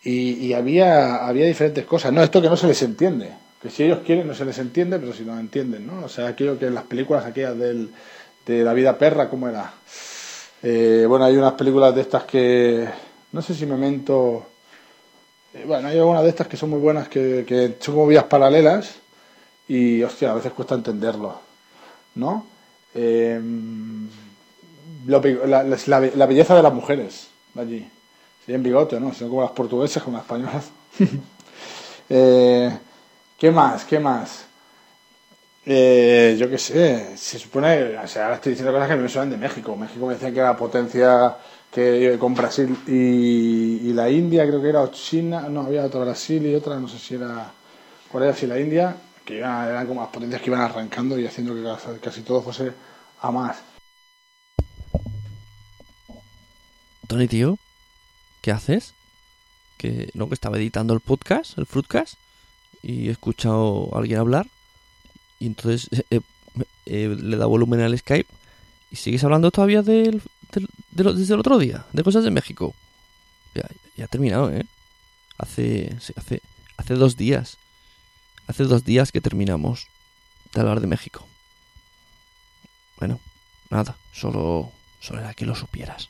y, y había, había diferentes cosas. No, esto que no se les entiende. Que si ellos quieren no se les entiende, pero si no entienden, ¿no? O sea, aquello que en las películas aquellas del, de la vida perra, ¿cómo era? Eh, bueno, hay unas películas de estas que... No sé si me mento... eh, bueno, hay algunas de estas que son muy buenas, que, que son como vías paralelas y, hostia, a veces cuesta entenderlo, ¿no? Eh, lo pe- la- la- la- la belleza de las mujeres allí. Serían bigote, ¿no? Sino como las portuguesas, como las españolas. Eh, ¿Qué más? ¿Qué más? Eh, yo qué sé, se supone, o sea, ahora estoy diciendo cosas que no me suenan de México. México me decían que era potencia que con Brasil y, y la India, creo que era, o China, no, había otra Brasil y otra, no sé si era, cuál era, si la India, que iban- eran como las potencias que iban arrancando y haciendo que casi- casi todo fuese a más.
Tony, tío, ¿qué haces? Que no, que estaba editando el podcast, el Fruitcast, y he escuchado a alguien hablar, y entonces eh, eh, me- eh, le da volumen al Skype, y sigues hablando todavía del, del- de lo- desde el otro día, de cosas de México. Ya, ya ha terminado, ¿eh? Hace, sí, hace, hace dos días. Hace dos días que terminamos de hablar de México. Bueno, nada, solo, solo era que lo supieras.